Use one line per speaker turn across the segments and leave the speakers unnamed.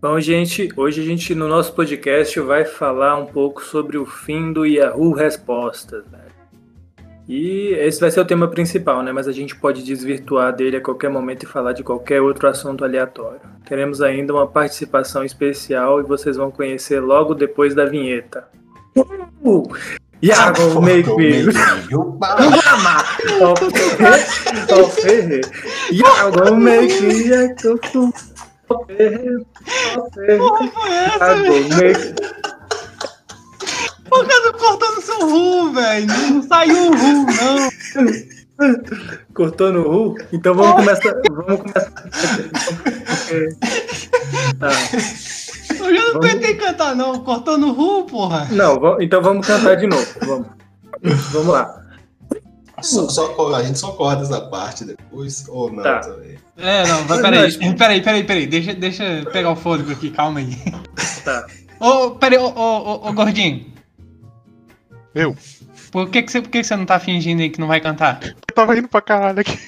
Bom, gente, hoje a gente no nosso podcast vai falar um pouco sobre o fim do Yahoo Respostas. Né? E esse vai ser o tema principal, né? Mas a gente pode desvirtuar dele a qualquer momento e falar de qualquer outro assunto aleatório. Teremos ainda uma participação especial e vocês vão conhecer logo depois da vinheta. Uh! Iago Meio Iago Meio Tá
Por que não cortando seu ru, velho? Não saiu o ru, não.
Cortou no ru? Então vamos começar. Vamos começar. Tá.
Eu já não tentei cantar, não. Cortou no ru, porra.
Não, va- então vamos cantar de novo. Vamos, vamos lá.
Só, só- a gente só corta essa parte depois, ou não
Tá.
também.
É, não, vai, peraí, peraí, peraí, peraí. Deixa, deixa eu pegar o fôlego aqui, calma aí.
Tá.
Ô, peraí, ô, ô, ô, ô gordinho.
Eu?
Por que, que, você, por que, que você não tá fingindo aí que não vai cantar?
Eu tava indo pra caralho aqui.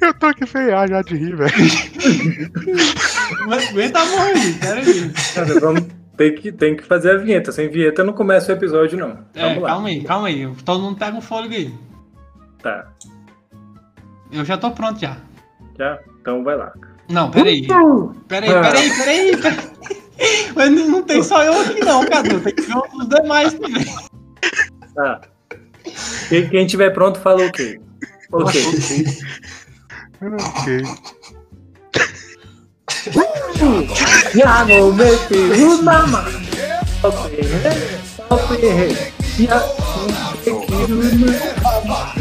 Eu tô aqui feiar já de rir, velho.
Mas aguenta a mão aí, peraí.
Cara, vamos ter que, tem que fazer a vinheta. Sem vinheta eu não começa o episódio, não.
É,
vamos lá.
calma aí, calma aí. Todo mundo pega o fôlego aí.
Tá.
Eu já tô pronto já.
Já? Então vai lá.
Não, peraí. Peraí, peraí, peraí, peraí. Mas não, não tem só eu aqui não, Cadu. Tem que ver os demais também.
Tá. E quem tiver pronto, fala ok. Ok.
assim?
Ok.
Yago Mepi Unama. Ok. Ok. Yago Mepi Unama.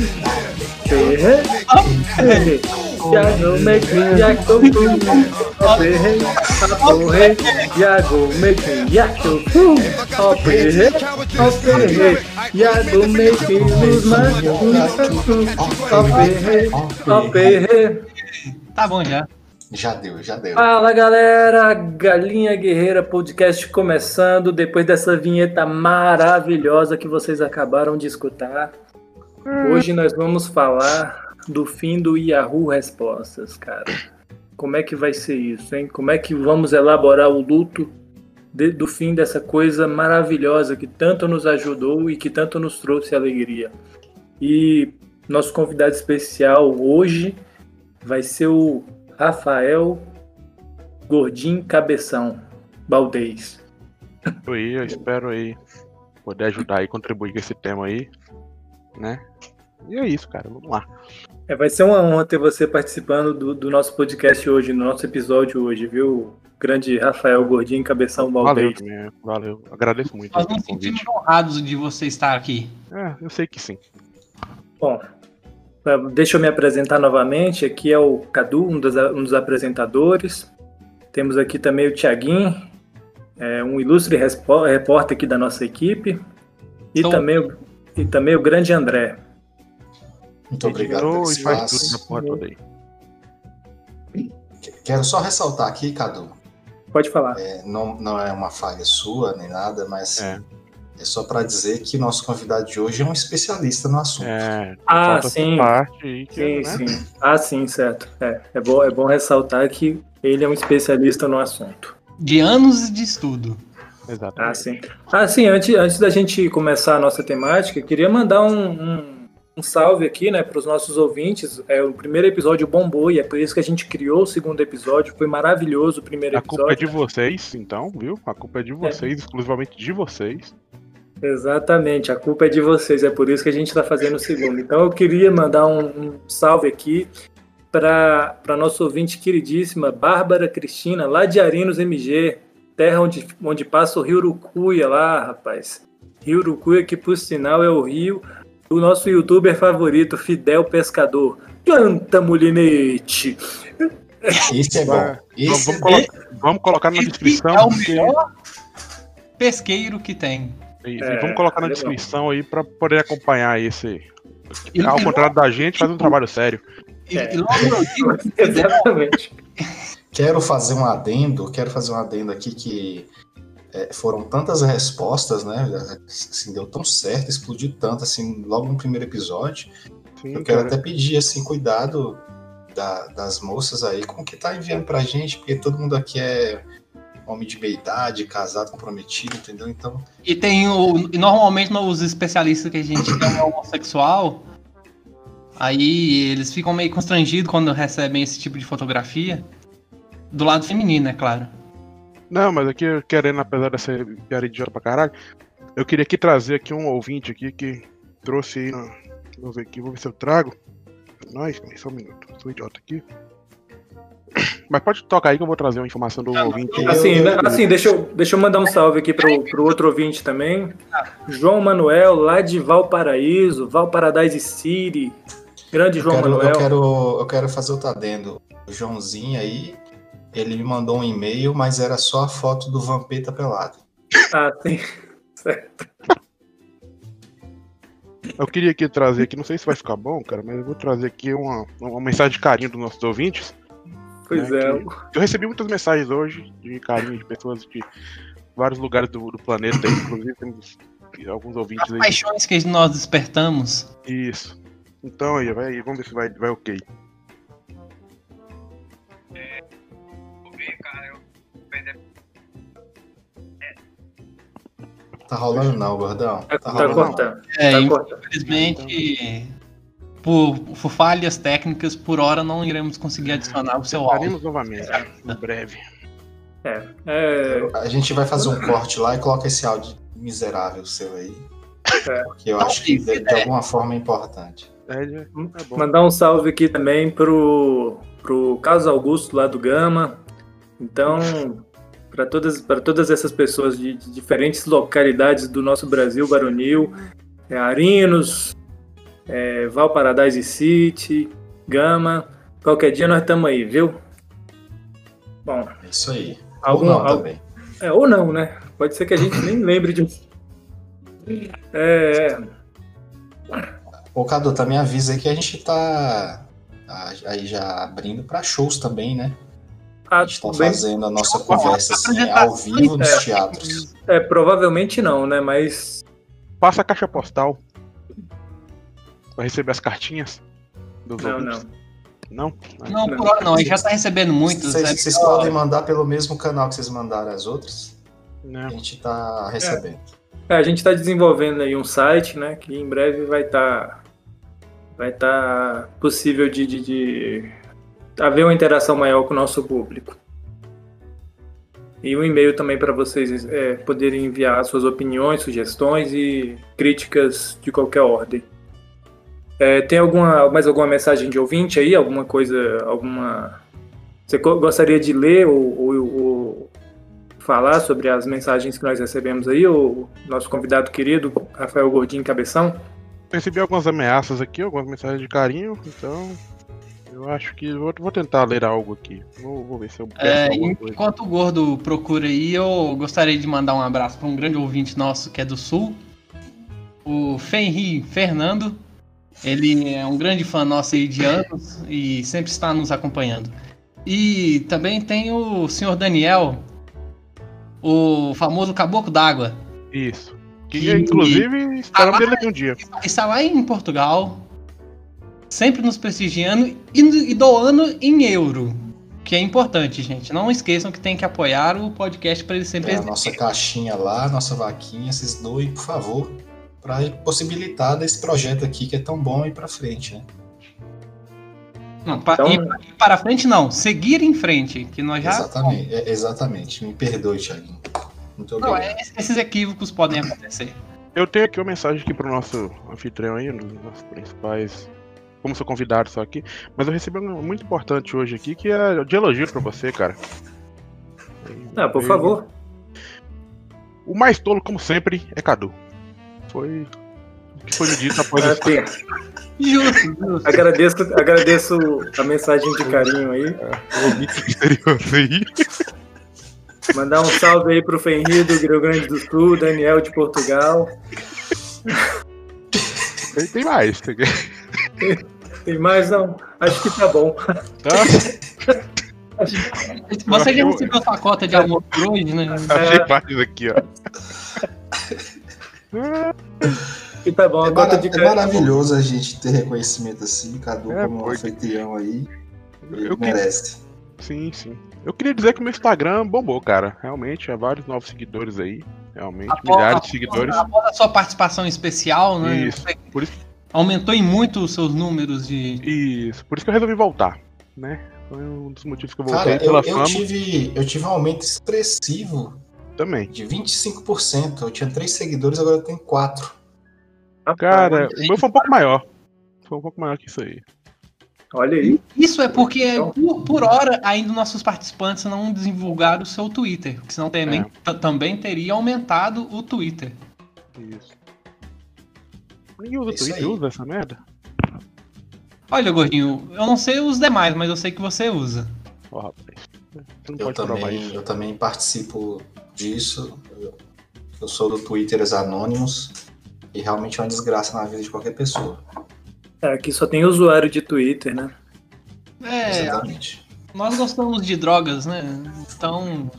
Ok. Ok. Yago Mepi Yakobu. Ok. Ok. Yago Mepi Yakobu. Ok. Ok. Yago Mepi Unama. Ok. Ok.
Tá bom já.
Já deu, já deu.
Fala galera, Galinha Guerreira Podcast começando depois dessa vinheta maravilhosa que vocês acabaram de escutar. Hoje nós vamos falar do fim do Yahoo Respostas, cara. Como é que vai ser isso, hein? Como é que vamos elaborar o luto de- do fim dessa coisa maravilhosa que tanto nos ajudou e que tanto nos trouxe alegria? E nosso convidado especial hoje vai ser o Rafael Gordinho Cabeção Baldez.
Eu aí, eu espero aí poder ajudar e contribuir com esse tema aí, né? E é isso, cara. Vamos lá.
É, vai ser uma honra ter você participando do, do nosso podcast hoje, no nosso episódio hoje, viu? Grande Rafael Gordinho Cabeção
Valeu
Baldez.
também, valeu. Agradeço muito
um
Nós
o
nos sentimos
convite.
honrados de você estar aqui.
É, eu sei que sim.
Bom, pra- deixa eu me apresentar novamente. Aqui é o Cadu, um dos, a- um dos apresentadores. Temos aqui também o Tiaguinho, é, um ilustre respo- repórter aqui da nossa equipe. E,
Então-
também, o- e também o grande André.
Muito obrigado Ah,
Gerou
pelo
e faz tudo
espaço.
essa porra toda aí.
Quero só ressaltar aqui, Cadu,
Pode falar.
é, não, não é uma falha sua nem nada, mas
É.
é, só para dizer que nosso convidado de hoje é um especialista no assunto.
É,
Ah,
falta essa
sim.
Parte aí que,
Sim,
né?
sim. Ah, sim, certo. É, é, bom, é bom ressaltar que ele é um especialista no assunto.
De anos de estudo.
Ah,
Exatamente.
sim. Ah, sim, antes, antes da gente começar a nossa temática, eu queria mandar um, um, um salve aqui, né, para os nossos ouvintes. É, o primeiro episódio bombou e é por isso que a gente criou o segundo episódio. Foi maravilhoso o primeiro
A culpa é de
episódio.
vocês, então, viu? A culpa é de vocês, exclusivamente de vocês.
Exatamente, a culpa é de vocês, é por isso que a gente está fazendo o segundo. Então eu queria mandar um, um salve aqui para a nossa ouvinte queridíssima Bárbara Cristina, lá de Arinos MG, terra onde, onde passa o rio Urucuia lá, rapaz. Rio Urucuia, que por sinal é o rio do nosso youtuber favorito, Fidel Pescador. Canta, Mulinete!
Esse é
Vai.
bom. Esse
vamos,
é bom.
colo- vamos colocar na
Esse
descrição.
é o
porque-
melhor pesqueiro que tem.
Isso,
É,
e vamos colocar na
é legal.
descrição aí pra poder acompanhar esse.
E,
Ao
e-
contrário da gente, faz um trabalho sério.
e-
É.
e logo eu digo que
Exatamente.
Quero fazer um adendo, quero fazer um adendo aqui que é, foram tantas respostas, né? Assim, deu tão certo, explodiu tanto, assim, logo no primeiro episódio.
Sim,
Eu quero
cara.
até pedir, assim, cuidado da- das moças aí com o que tá enviando pra gente, porque todo mundo aqui é homem de meia idade, casado, comprometido, entendeu? Então,
E tem o. e normalmente os especialistas que a gente tem é homossexual. Aí eles ficam meio constrangidos quando recebem esse tipo de fotografia. Do lado feminino, é claro.
Não, mas aqui eu querendo, apesar dessa piada idiota pra caralho, eu queria aqui trazer aqui um ouvinte aqui que trouxe aí. na- Vou ver aqui, vou ver se eu trago. Nós, calma aí, só um minuto, sou idiota aqui. Mas pode tocar aí que eu vou trazer uma informação do ouvinte. aí.
Assim,
Eu-
né, assim deixa, eu, deixa eu mandar um salve aqui pro, pro outro ouvinte também. João Manuel, lá de Valparaíso, Valparadise City. Grande
eu
João
quero, eu,
Manuel.
quero, eu quero fazer outro adendo. O Joãozinho aí, ele me mandou um e-mail, mas era só a foto do Vampeta pelado.
Ah, sim.
Eu queria aqui trazer aqui, não sei se vai ficar bom, cara, mas eu vou trazer aqui uma, uma mensagem de carinho dos nossos ouvintes.
Pois é.
né, Eu recebi muitas mensagens hoje de carinho de pessoas de vários lugares do, do planeta, aí, inclusive temos alguns ouvintes
As
aí.
paixões que nós despertamos.
Isso. Então aí, vai, vamos ver se vai, vai ok.
Tá rolando não, gordão?
Tá,
Tá
tá
rolando não.
cortando.
É, Então.
Tá cortando.
infelizmente, por, por falhas técnicas, por hora não iremos conseguir adicionar o
tá
seu áudio.
Tentaremos novamente, em breve.
É,
A gente vai fazer um corte lá e coloca esse áudio miserável seu aí.
É.
Porque eu acho que de, de alguma forma é importante.
É, já- tá bom.
mandar um salve aqui também pro, pro Carlos Augusto lá do Gama. Então, para todas, pra todas essas pessoas de, de diferentes localidades do nosso Brasil Baronil, é, Arinos, é, Valparadise City, Gama. Qualquer dia nós estamos aí, viu? Bom,
É isso aí.
algum,
Ou não
al-
também.
é, ou não, né? Pode ser que a gente nem lembre de. um. É,
Ô, Cadu, também avisa aí que a gente tá ah, aí já abrindo pra shows também, né? A
ah,
gente tá
bem,
fazendo a nossa
Ó,
conversa assim, ao
apresentações,
vivo nos
é.
teatros.
é, provavelmente não, né? Mas
Passa a caixa postal. Vai receber as cartinhas dos
Não,
ouvintes. Não. Não?
Não, por hora não, ele já tá recebendo muitos.
Vocês
é
vocês
melhor-
podem mandar pelo mesmo canal que vocês mandaram as outras.
Não.
A gente tá recebendo.
É, a gente está desenvolvendo aí um site, né? Que em breve vai estar vai estar possível de, de, de haver uma interação maior com o nosso público. E um e-mail também para vocês é, poderem enviar as suas opiniões, sugestões e críticas de qualquer ordem. É, tem alguma mais alguma mensagem de ouvinte aí? Alguma coisa, alguma você go- gostaria de ler ou, ou- ou falar sobre as mensagens que nós recebemos aí? O nosso convidado querido Rafael Gordinho Cabeção.
Recebi algumas ameaças aqui, algumas mensagens de carinho, então. Eu acho que vou, vou tentar ler algo aqui. Vou, vou ver se eu peço
É,
alguma coisa.
enquanto o gordo procura aí, eu gostaria de mandar um abraço para um grande ouvinte nosso que é do Sul, o Fenri Fernando. Ele é um grande fã nosso aí de anos e sempre está nos acompanhando. E também tem o senhor Daniel, o famoso caboclo d'água.
Isso. Que,
E-
inclusive, esperamos ele aqui um dia.
Está lá em Portugal, sempre nos prestigiando e, no- e doando em euro. Que é importante, gente. Não esqueçam que tem que apoiar o podcast para ele
É
sempre
a
existir.
nossa caixinha lá, nossa vaquinha, vocês doem, por favor, para possibilitar desse projeto aqui que é tão bom ir para frente, né?
Não, pa-
Então-
e para frente não, seguir em frente, que nós já.
Exatamente, é, exatamente. Me perdoe, Thiaguinho. Muito
Não,
obrigado.
é- esses equívocos podem acontecer.
Eu tenho aqui uma mensagem aqui pro nosso anfitrião aí, um dos nossos principais. Como sou convidado só aqui, mas eu recebi um muito importante hoje aqui, que é de elogio pra você, cara.
Ah, por favor.
O mais tolo, como sempre, é Cadu. Foi o que foi me dito após
Ah,
esse
sim.
Justo, justo.
Agradeço, agradeço a mensagem de carinho aí.
convite misterioso aí.
Mandar um salve aí pro Fenrir do Rio Grande do Sul, Daniel de Portugal.
Tem- Tem mais, tá?
Tem mais não? Acho que tá bom.
Você já recebeu sua cota
É.
de amor por hoje, né?
Achei vários aqui, ó.
E tá bom,
É,
a cota
mara-
de
é
carinho.
maravilhoso a gente ter reconhecimento assim, Cadu
É,
como
porque-
anfitrião aí.
Eu
É.
queria,
Merece.
sim, sim. Eu queria dizer que o meu Instagram bombou, cara. Realmente, há vários novos seguidores aí. Realmente,
Após-
milhares de
após-
seguidores.
Após a sua participação especial, né?
Isso, por isso-
Aumentou em muito os seus números de.
Isso, por isso que eu resolvi voltar, né? Foi um dos motivos que eu voltei
Cara, eu,
pela
eu
fama
tive, eu tive um aumento expressivo
também.
de 25%. Eu tinha três seguidores, agora eu tenho quatro.
Cara,
Rapaz,
o meu foi um pouco maior. Foi um pouco maior que isso aí.
Olha aí.
Isso é porque, por, por hora, ainda nossos participantes não divulgaram o seu Twitter. Porque senão também,
É.
t- também teria aumentado o Twitter.
Isso. Ninguém usa
Isso
Twitter,
aí.
usa essa merda?
Olha, gordinho, eu não sei os demais, mas eu sei que você usa.
Ó, rapaz. Você não
Eu
pode provar
também,
isso.
eu também participo disso. Eu, eu sou do Twitter Anônimos. E realmente é uma desgraça na vida de qualquer pessoa.
É, aqui só tem usuário de Twitter, né?
É,
Exatamente.
nós gostamos de drogas, né? Então.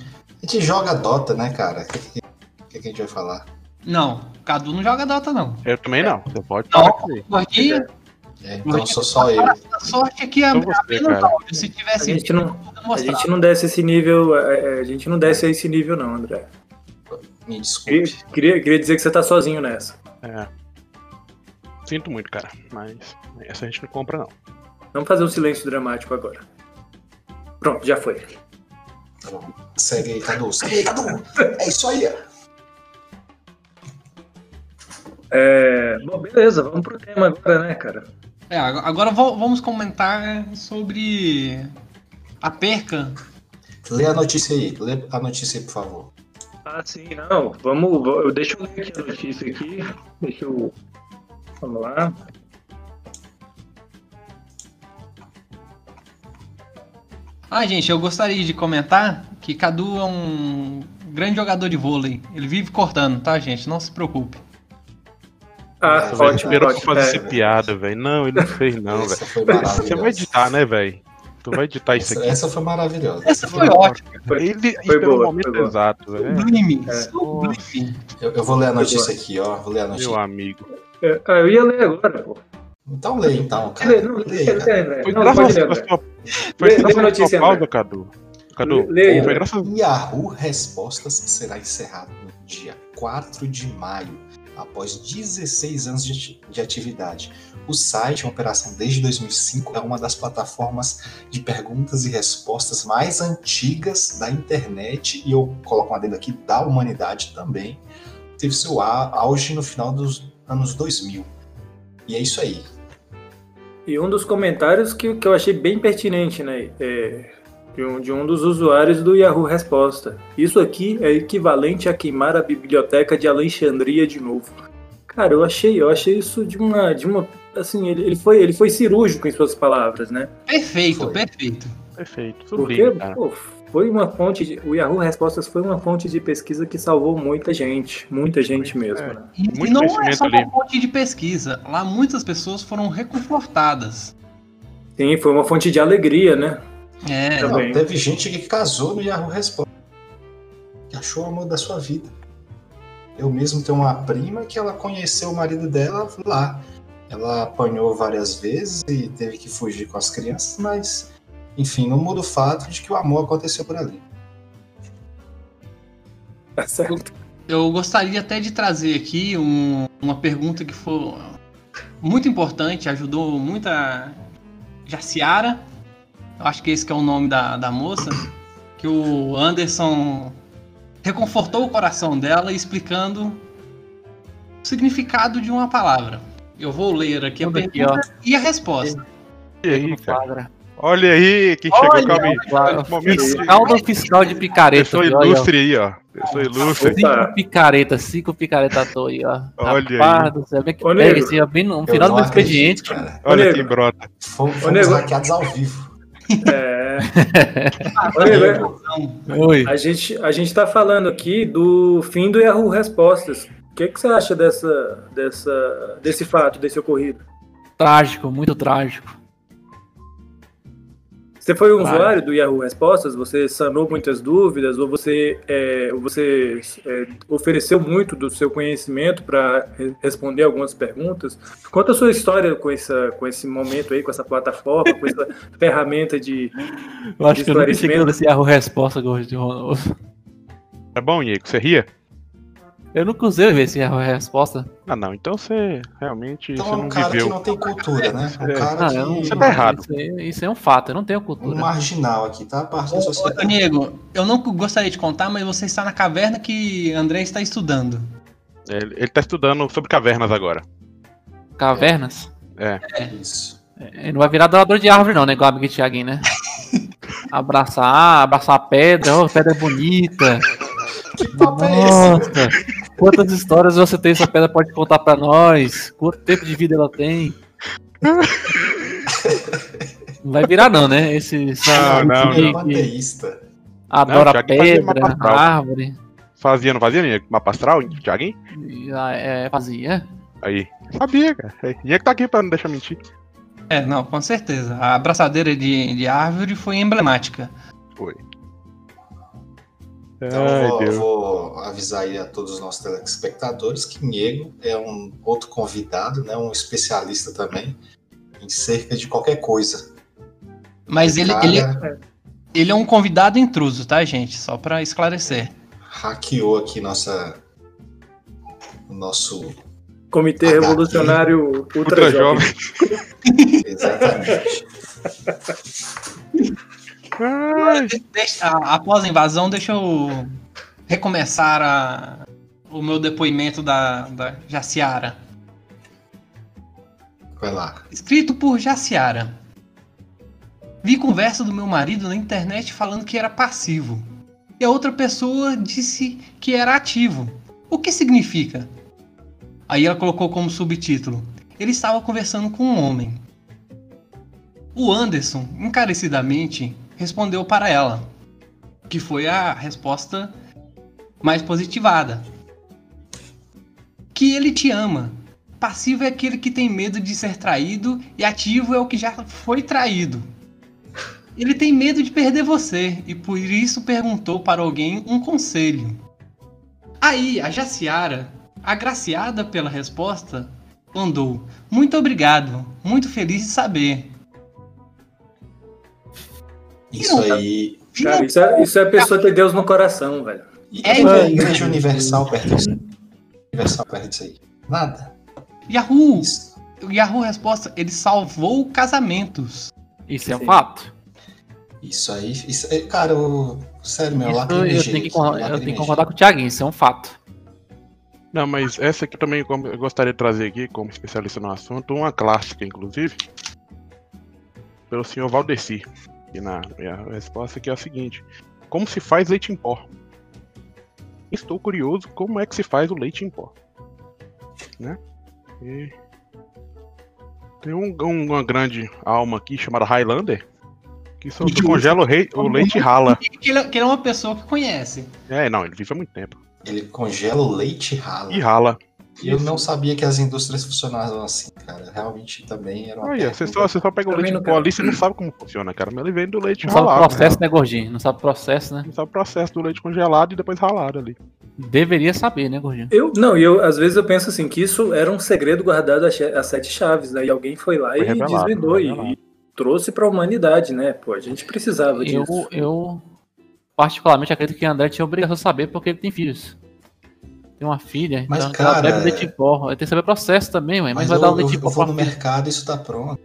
A gente joga Dota, né, cara? O que, que- que a gente vai falar?
Não, Cadu não joga Dota, não.
Eu também não. Você pode
É. Não.
parar com isso aí.
Gordinho,
É, então sou só eu.
a sorte é que é
Então você,
apenas
cara.
áudio. Se
A
tivesse
gente não,
eu
a
mostrar.
gente não desce esse nível, é, é, a gente não desce a esse nível não, André.
Me
Queria,
desculpe.
queria- queria dizer que você tá sozinho nessa.
É. Sinto muito, cara. Mas essa a gente não compra, não.
Vamos fazer um silêncio dramático agora. Pronto, já foi.
Tá bom. Segue aí, Cadu. Segue aí, Cadu. É isso aí.
É, bom, beleza, vamos pro tema agora, né, cara?
É, agora agora vo- vamos comentar sobre a perca.
Lê a notícia aí. Lê a notícia aí, por favor.
Ah, sim, não. Vamos. Eu, deixa eu ler aqui a notícia aqui. Deixa eu. Vamos lá.
Ah, gente, eu gostaria de comentar que Cadu é um grande jogador de vôlei. Ele vive cortando, tá, gente? Não se preocupe.
Ah,
Nossa,
Velho,
ótimo,
Esperou
ótimo.
que eu fazer
É,
essa piada, velho. Não, ele não fez, não, velho.
essa foi
Você
maravilhosa.
vai editar, né, velho? Tu vai editar isso
Essa,
aqui.
essa foi maravilhosa.
Essa foi ótima.
É, foi-
Ele
foi
esperou
boa,
o momento
foi boa.
exato, né? velho.
Sublime,
É.
sublime.
Eu, eu vou ler a notícia aqui, ó. Vou ler a
Meu
notícia.
amigo.
é, ah, eu ia ler agora, pô.
Então lê, então,
Quer dizer,
cara.
Não,
Lê,
deixa eu
cara.
ler, André.
Foi
É, Não, pode
graças
ler,
a
André.
sua.
Lê-
Foi
lê a
graças a
notícia,
sua pausa,
André.
Cadu. Cadu,
Lê aí,
foi
André.
graças
Yahoo Respostas será encerrado no dia 4 de maio, após 16 anos de ati- de atividade. O site, em operação desde 2005, é uma das plataformas de perguntas e respostas mais antigas da internet e eu coloco uma dentro aqui da humanidade também. Teve seu a- auge no final dos anos 2000. E é isso aí.
E um dos comentários que, que eu achei bem pertinente, né? é, de, um, de um dos usuários do Yahoo Resposta. Isso aqui é equivalente a queimar a biblioteca de Alexandria de novo. Cara, eu achei, eu achei isso de uma. De uma assim, ele, ele foi, ele foi cirúrgico em suas palavras, né?
Perfeito,
Foi.
perfeito.
Perfeito.
Porque
Sublime, cara.
pô, foi uma fonte. De, o Yahoo Respostas foi uma fonte de pesquisa que salvou muita gente. Muita gente
Pois
mesmo,
é.
né?
E,
Muito
e não é
conhecimento
só uma
ali.
fonte de pesquisa. Lá muitas pessoas foram reconfortadas.
Sim, foi uma fonte de alegria, né?
É,
Tá
Não,
bem.
teve gente que casou no Yahoo Resposta. Que achou o amor da sua vida. Eu mesmo tenho uma prima que ela conheceu o marido dela lá. Ela apanhou várias vezes e teve que fugir com as crianças, mas enfim, não muda o fato de que o amor aconteceu por ali.
Tá certo.
Eu gostaria até de trazer aqui um- uma pergunta que foi muito importante, ajudou muito a Jaciara, eu acho que esse que é o nome da, da moça, que o Anderson reconfortou o coração dela explicando o significado de uma palavra. Eu vou ler aqui a
Tudo aqui,
pergunta é e a resposta.
Olha é aí, cara.
Quadra.
Olha aí quem
Olha,
chegou, calma aí.
Claro.
Esse momento de-
Fiscal do fiscal de picareta.
Pessoa
aqui, olha, ó.
ilustre aí, ó. Pessoa ilustre.
Opa.
Cinco picaretas, cinco picareta à toa aí, ó.
Olha
Rapaz do céu, como é que
Ô,
pega
nego.
esse ó, bem no
Eu
final do
não
meu
acredito,
expediente.
cara.
Olha
Olha.
quem brota.
Fomos, fomos
nego-
hackeados ao vivo.
É. Olha, né?
Oi.
A gente, a gente tá falando aqui do fim do Yahoo Respostas. O que, que você acha dessa, dessa, desse fato, desse ocorrido?
Trágico, muito trágico.
Você foi um
Claro.
usuário do Yahoo Respostas? Você sanou muitas dúvidas? Ou você, é, ou você é, ofereceu muito do seu conhecimento para responder algumas perguntas? Conta a sua história com, essa, com esse momento aí, com essa plataforma, com essa ferramenta de.
Eu acho que eu nunca cheguei
Esclarecimento.
nesse erro resposta, Gordo de Ronaldo.
Tá bom, Nico? Você ria?
Eu nunca usei esse erro resposta.
Ah, não. Então você realmente
Então
você
é um
não
cara que
viveu.
não tem cultura, né? Um
É.
cara
Ah, eu não-
Você tá
que.
errado.
Isso, aí- isso aí é um fato, eu não tenho
Um
cultura.
marginal aqui, tá? A parte da
Ô,
sociedade.
Nego, eu não gostaria de contar, mas você está na caverna que André está estudando.
Ele, ele tá estudando sobre cavernas agora.
Cavernas?
Isso.
Ele É, não vai virar doador de árvore, não, né? Igual a amiga de Thiaguinho, né? Abraçar, abraçar a pedra, ó, pedra é bonita.
Que papo é esse? velho?
Nossa, quantas histórias você tem? Essa pedra pode contar pra nós? Quanto tempo de vida ela tem? Não vai virar, não, né? Esse
Não, não,
Ele é
que-
um
que
ateísta.
adora
Ah, Não,
a
já que fazia mapa
pedra,
astral.
a árvore.
Fazia, não fazia, Nico? Mapa astral, Thiaguinho?
e a- é, fazia.
Aí. Sabia, cara. É, Nico tá aqui pra não deixar mentir.
É, não, com certeza. A abraçadeira de, de árvore foi emblemática.
Então, eu
Ai,
vou,
Deus.
vou avisar aí a todos os nossos telespectadores que Niego é um outro convidado, né? Um especialista também em cerca de qualquer coisa.
Mas ele,
Cara,
ele, ele é um convidado intruso, tá, gente? Só pra esclarecer.
hackeou aqui nossa o nosso
Comitê
Ah,
Revolucionário Ultra
Ultra
Jovem.
jovem.
exatamente.
Ai,
Deixa- a- após a invasão, deixa eu recomeçar a- o meu depoimento da, da Jaciara.
Vai lá.
Escrito por Jaciara. Vi conversa do meu marido na internet falando que era passivo. E a outra pessoa disse que era ativo. O que significa? Aí ela colocou como subtítulo: Ele estava conversando com um homem. O Anderson, encarecidamente, respondeu para ela, que foi a resposta mais positivada. Que ele te ama, Passivo é aquele que tem medo de ser traído e ativo é o que já foi traído. Ele tem medo de perder você e por isso perguntou para alguém um conselho. Aí, a Jaciara, agraciada pela resposta, mandou: Muito obrigado, muito feliz de saber.
Isso
tá-
aí.
Cara, isso é, isso é a pessoa ter Deus no coração, velho.
E
É,
é,
então.
a
gente.
Igreja Universal perto disso. Universal perto disso aí. Nada.
Yahoo!
Isso.
Yahoo Resposta, ele salvou casamentos.
Isso é um
Sim.
fato.
Isso aí. Isso, é- cara, eu, sério, meu,
Isso eu,
lacrimejei
tenho que,
aqui,
con- eu tenho
lacrimejei.
que concordar com o Thiaguinho, isso é um fato.
Não, mas essa aqui também como- eu gostaria de trazer aqui, como especialista no assunto, uma clássica, inclusive, pelo senhor Valdeci. E na minha resposta aqui é a seguinte: Como se faz leite em pó? Estou curioso como é que se faz o leite em pó. Né? E tem um- um- uma grande alma aqui chamada Highlander que só
Que
congela o, rei- o leite e rala.
Que ele, que ele é uma pessoa que conhece.
É, não, ele vive há muito tempo.
Ele congela o leite e rala.
E rala.
E eu não sabia que as indústrias funcionavam assim, cara. Realmente também era uma.
Olha, você só,
pergunta.
você só pega o
Também
leite
não
em pó
quero.
ali, você não sabe como funciona, cara. Mas ele vem do leite
Não sabe o
ralado.
processo, né, Gordinho? Não sabe o processo, né?
Não sabe o processo do leite congelado e depois ralado ali.
Deveria saber, né, Gordinho?
Eu, não, e eu às vezes eu penso assim, que isso era um segredo guardado a, che- a sete chaves, né? E alguém foi lá
Foi
e
revelado,
desvendou
foi
e,
revelado.
e trouxe pra humanidade, né? Pô, a gente precisava disso.
Eu, eu particularmente acredito que André tinha obrigação de saber porque ele tem filhos. Tem uma filha,
Mas,
então ela
cara,
bebe leite em pó. Ele tem que saber o processo também, ué.
Mas
Mas, vai
eu,
dar
eu-
um tipo o leite em
eu
pó
vou
pra
no
filha.
mercado e isso tá pronto.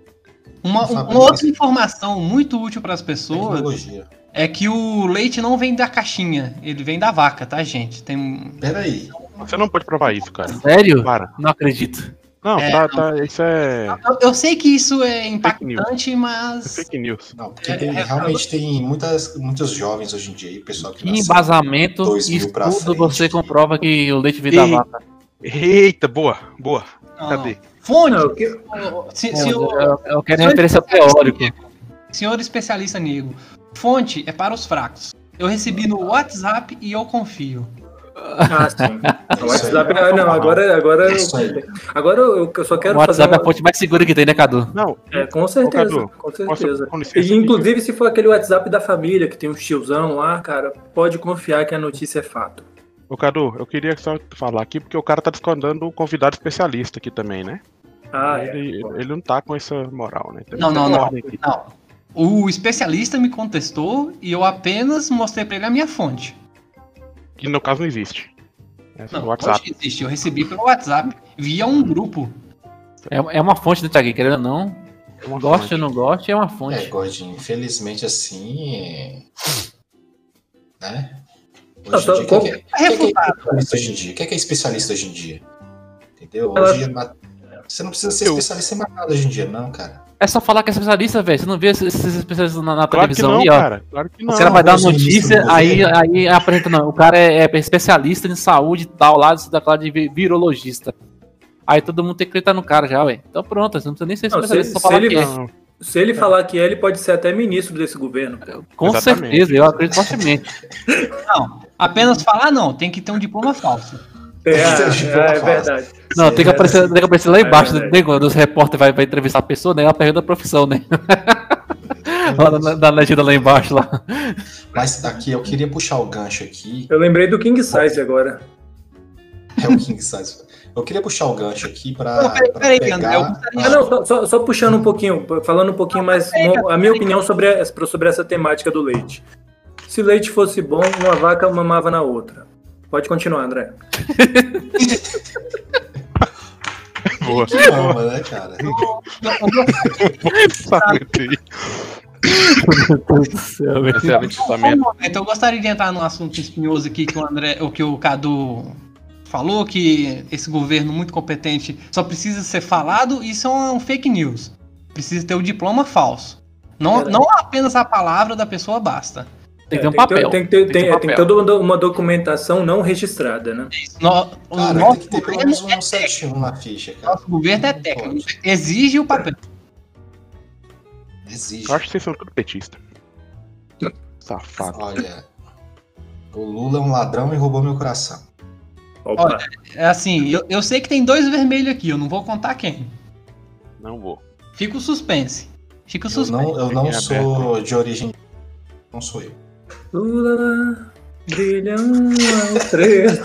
Uma, um-
Sabe
uma outra
disso.
informação muito útil para as pessoas
Tecnologia.
é que o leite não vem da caixinha, ele vem da vaca, tá, gente? Tem um-
Peraí.
Você não pode provar isso, cara.
Sério?
Para.
Não acredito.
Não,
É,
tá, tá, isso é
eu, eu sei que isso é
news.
impactante, mas
fake news.
Não, porque
É,
tem-
é,
realmente tem muitas, muitos jovens hoje em dia, e pessoal que
Que
nasceu-
embasamento
dois
e
mil pra
estudo
frente.
você comprova que o leite vem da
Ih,
vaca?
Eita, boa, boa.
não, não.
Cadê?
fonte.
Não, que-
se-
Bom,
se o-
eu, eu quero
se
um
o
referência teórica.
senhor especialista nego, fonte é para os fracos. Eu recebi no WhatsApp e eu confio.
Ah, sim. O
Isso aí.
WhatsApp, ah, não, agora, agora, eu,
Isso aí.
agora eu, eu só quero
o WhatsApp é
fazer.
a fonte mais segura que tem, né, Cadu?
Não,
É, com certeza,
Cadu,
com
posso-
certeza.
com licença,
E, inclusive, se for aquele WhatsApp da família, que tem um tiozão lá, cara, pode confiar que a notícia é fato.
Ô Cadu, eu queria só falar aqui, porque o cara tá descontando o convidado especialista aqui também, né?
Ah, é.
ele, ele não tá com essa moral, né? Tem-
Não,
tem
não,
uma
não.
ordem aqui.
Não. O especialista me contestou e eu apenas mostrei pra ele a minha fonte.
Que no caso não existe. Essa
Não,
é o WhatsApp.
fonte existe. Eu recebi pelo WhatsApp, via um grupo.
É, é uma fonte do Thiaguinho, querendo ou não.
é uma
Goste ou
fonte.
não goste, é uma
É,
fonte.
gordinho, infelizmente assim. é, Né?
Não,
Hoje
só-
em dia, o que, que é-
É
o que, que é
refutado.
especialista hoje em dia? O que, que é especialista hoje em dia? Entendeu?
Ela-
Hoje é ma- Você não precisa ser
Eu-
especialista em mais nada hoje em dia, não, cara.
É só falar que é especialista, velho. Você não vê esses esses especialistas na, na
Claro que
televisão
não,
aí, ó.
cara. Claro que não.
o cara vai dar uma
Deus,
notícia,
ministro do
aí,
governo.
aí apresenta, não. O cara é, é especialista em saúde e tal, lá da classe de vi- virologista. Aí todo mundo tem que acreditar no cara já, velho. Então pronto, você não precisa nem ser
Não, se-
especialista, só
se
falar
ele-
que é.
Não,
Se ele falar que é, ele pode ser até ministro desse governo.
Com
Exatamente.
certeza, eu acredito fortemente.
Apenas falar não, tem que ter um diploma falso.
É, é, é
Fala.
verdade.
Não, tem que,
é
aparecer,
assim.
tem que aparecer lá
É
embaixo,
verdade.
né, quando os repórteres vai, vai entrevistar a pessoa, né? Ela pergunta a profissão, né? lá na, na legenda lá embaixo, lá.
Mas aqui eu queria puxar o gancho aqui.
Eu lembrei do King Size agora.
É o King Size. Eu queria puxar o gancho aqui pra.
Não, peraí,
pra
peraí,
pegar-
André, eu gostaria-
Ah, não, só, só- só puxando um pouquinho, falando um pouquinho mais mo- a minha opinião sobre, a- sobre essa temática do leite. Se leite fosse bom, uma vaca mamava na outra. Pode continuar, André.
boa.
é
Que ama, né, cara?
Pensamento aí.
Meu Deus do céu, velho.
Excelente pensamento.
Então eu gostaria de entrar num assunto espinhoso aqui que o André, o que o Cadu falou, que esse governo muito competente só precisa ser falado, isso é um fake news. Precisa ter o diploma falso. Não,
Verdade.
não apenas a palavra da pessoa basta.
Tem que ter
É,
um papel.
Tem que ter,
Tem que
tem-
ter um
é, tem
papel.
toda uma documentação não registrada, né?
No- o
Cara, tem
nosso,
que ter pelo
governo,
menos um 71 na ficha, cara.
nosso governo é
Não
técnico.
pode.
Exige o papel.
Exige.
Eu acho que vocês são tudo petista. Safado.
Olha. O Lula é um ladrão e roubou meu coração.
Opa.
Olha, É assim, eu, eu sei que tem dois vermelhos aqui, eu não vou contar quem.
Não vou.
Fica o suspense. Fica o
Eu
suspense.
não, eu não
É
sou de origem. Não sou eu.
Uh, Lula, brilha uma estrela.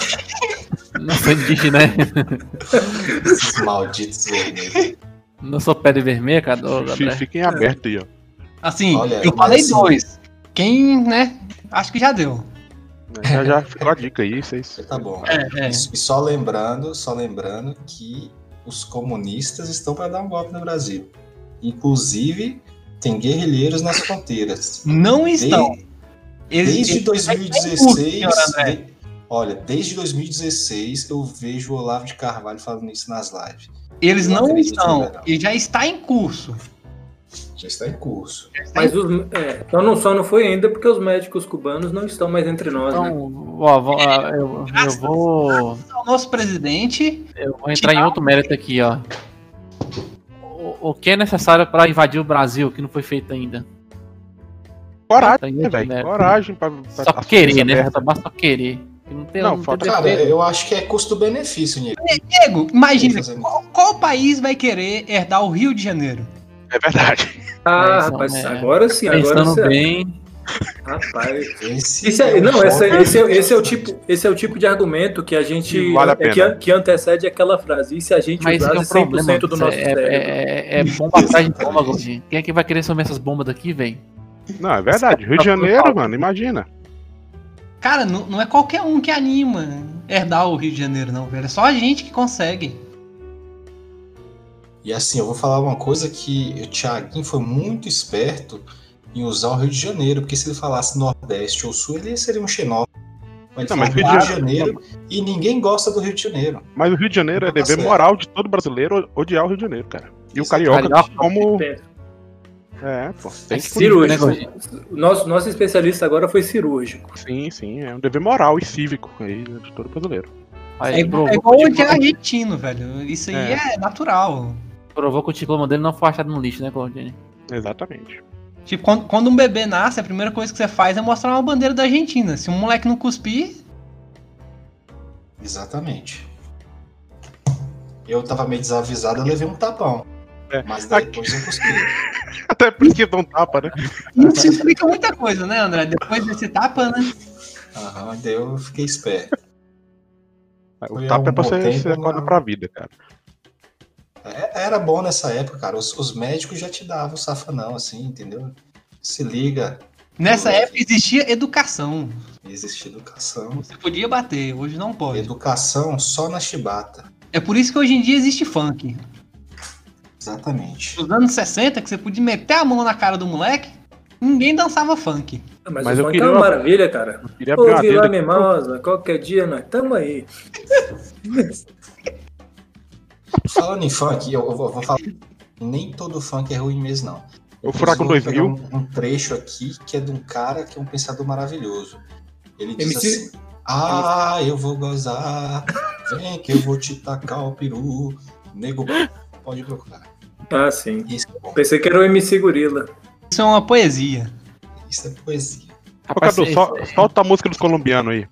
Não sou indígena, né?
Esses malditos vermelhos.
Não sou pele vermelha, cara. ô,
Fi-
Gabriel.
Fiquem abertos aí, ó.
Assim,
Olha,
eu falei
mas assim-
dois. Quem, né? Acho que já deu.
É.
Já, já ficou a dica aí, vocês.
Tá bom.
É, é.
E só lembrando, só lembrando que os comunistas estão para dar um golpe no Brasil. Inclusive, tem guerrilheiros nas fronteiras.
Não
De-
estão. Eles-
desde
eles- é tudo,
2016.
senhor um André.
de- olha, desde 2016 eu vejo o Olavo de Carvalho falando isso nas lives.
Eles
eu
não
acredito, né,
estão.
não.
E já está em curso.
Já está em curso.
Mas os, é, só, não, só não foi ainda porque os médicos cubanos não estão mais entre nós, né?
Então, ó, vó- ó, eu, eu vou.
O nosso presidente.
Eu vou entrar em outro mérito aqui, ó. O, o que é necessário para invadir o Brasil que não foi feito ainda? Tá
Coragem,
em
né,
outro
velho?
mérito.
Coragem pra. pra
Só
pra-
querer, né?
aberta.
Só basta querer. Que Não tem,
Não,
tem
falta-
Cara,
defeito.
eu acho que é custo-benefício, Nilo.
Diego, imagina.
Fazer-
Qual, qual país vai querer herdar o Rio de Janeiro?
É verdade.
Ah,
são,
rapaz,
é,
agora sim, agora é
Pensando
sim.
bem.
Rapaz.
Esse
Isso é,
um
não, essa-
golpe
esse, é- esse é o tipo, esse é o tipo de argumento que a gente
Que vale a
é, que,
pena.
que antecede aquela frase. E se a gente
Mas isso que é um
usasse 100%
problema.
do nosso
é,
cérebro?
é- é- é bomba atrás de bomba,
Exatamente.
Gordinho. Quem é que vai querer somar essas bombas daqui, velho?
Não, é verdade. Rio de Janeiro, mano, imagina.
Cara, não, não é qualquer um que anima herdar o Rio de Janeiro, não, velho. É só a gente que consegue.
E assim, eu vou falar uma coisa que o Thiaguinho foi muito esperto em usar o Rio de Janeiro, porque se ele falasse Nordeste ou Sul, ele seria um xenófobo. Mas ele
Não, mas
falou
Rio de
Rio de
Janeiro-
Janeiro e ninguém gosta do Rio de Janeiro.
Mas o Rio de Janeiro é
Tá
dever
certo.
moral de todo brasileiro odiar o Rio de Janeiro, cara. E o
Isso,
carioca,
carioca,
como.
tem-
É, pô.
É
Tem que
cirúrgico,
cirúrgico.
né, Gordinho?
O nosso, nosso especialista agora foi cirúrgico.
Sim, sim, é um dever moral e cívico aí de todo brasileiro.
É,
Aí ele
igual-
provou,
é
que
igual
o
odiar
diploma-
argentino, velho. Isso aí é natural.
provou que o diploma dele não foi achado no lixo, né, Gordinho?
Exatamente.
Tipo, quando, quando um bebê nasce, a primeira coisa que você faz é mostrar uma bandeira da Argentina. Se um moleque não cuspir,
Exatamente. Eu tava meio desavisado, eu levei um tapão.
É.
Mas daí depois eu consegui.
Até porque dá um tapa, né?
Uhum.
Isso explica muita coisa, né, André? Depois desse tapa, né?
Aham, daí eu fiquei esperto.
O
Foi
tapa é
um
pra
bom
você,
tempo,
você acorda
não.
pra vida, cara.
É, Era bom nessa época, cara. Os, os médicos já te davam safanão, assim, entendeu? Se liga,
Nessa
Uhum.
época existia educação.
existe educação.
Você podia bater, hoje não pode.
Educação só na chibata.
É por isso que hoje em dia existe funk.
Exatamente.
Nos anos 60, que você podia meter a mão na cara do moleque, ninguém dançava funk.
Ah, Mas,
Mas
o
eu
funk
queria
é uma
uma-
maravilha, cara.
Eu queria abrir uma
Ô, Vila
dele.
Mimosa, qualquer dia nós tamo aí.
Falando em funk, eu, eu vou, vou falar. Nem todo funk é ruim mesmo, não.
O Furacão
Inclusive, eu
2000.
vou pegar Um, um trecho aqui que é de um cara que é um pensador maravilhoso. Ele diz
MC?
assim: Ah, eu vou gozar, vem que eu vou te tacar o peru. Nego, bom, pode procurar.
Ah, sim.
Isso é bom,
Pensei que era o MC Gorila.
Isso é uma poesia.
isso é poesia.
Ô, Cadu,
é-
sol- solta a música dos colombianos aí.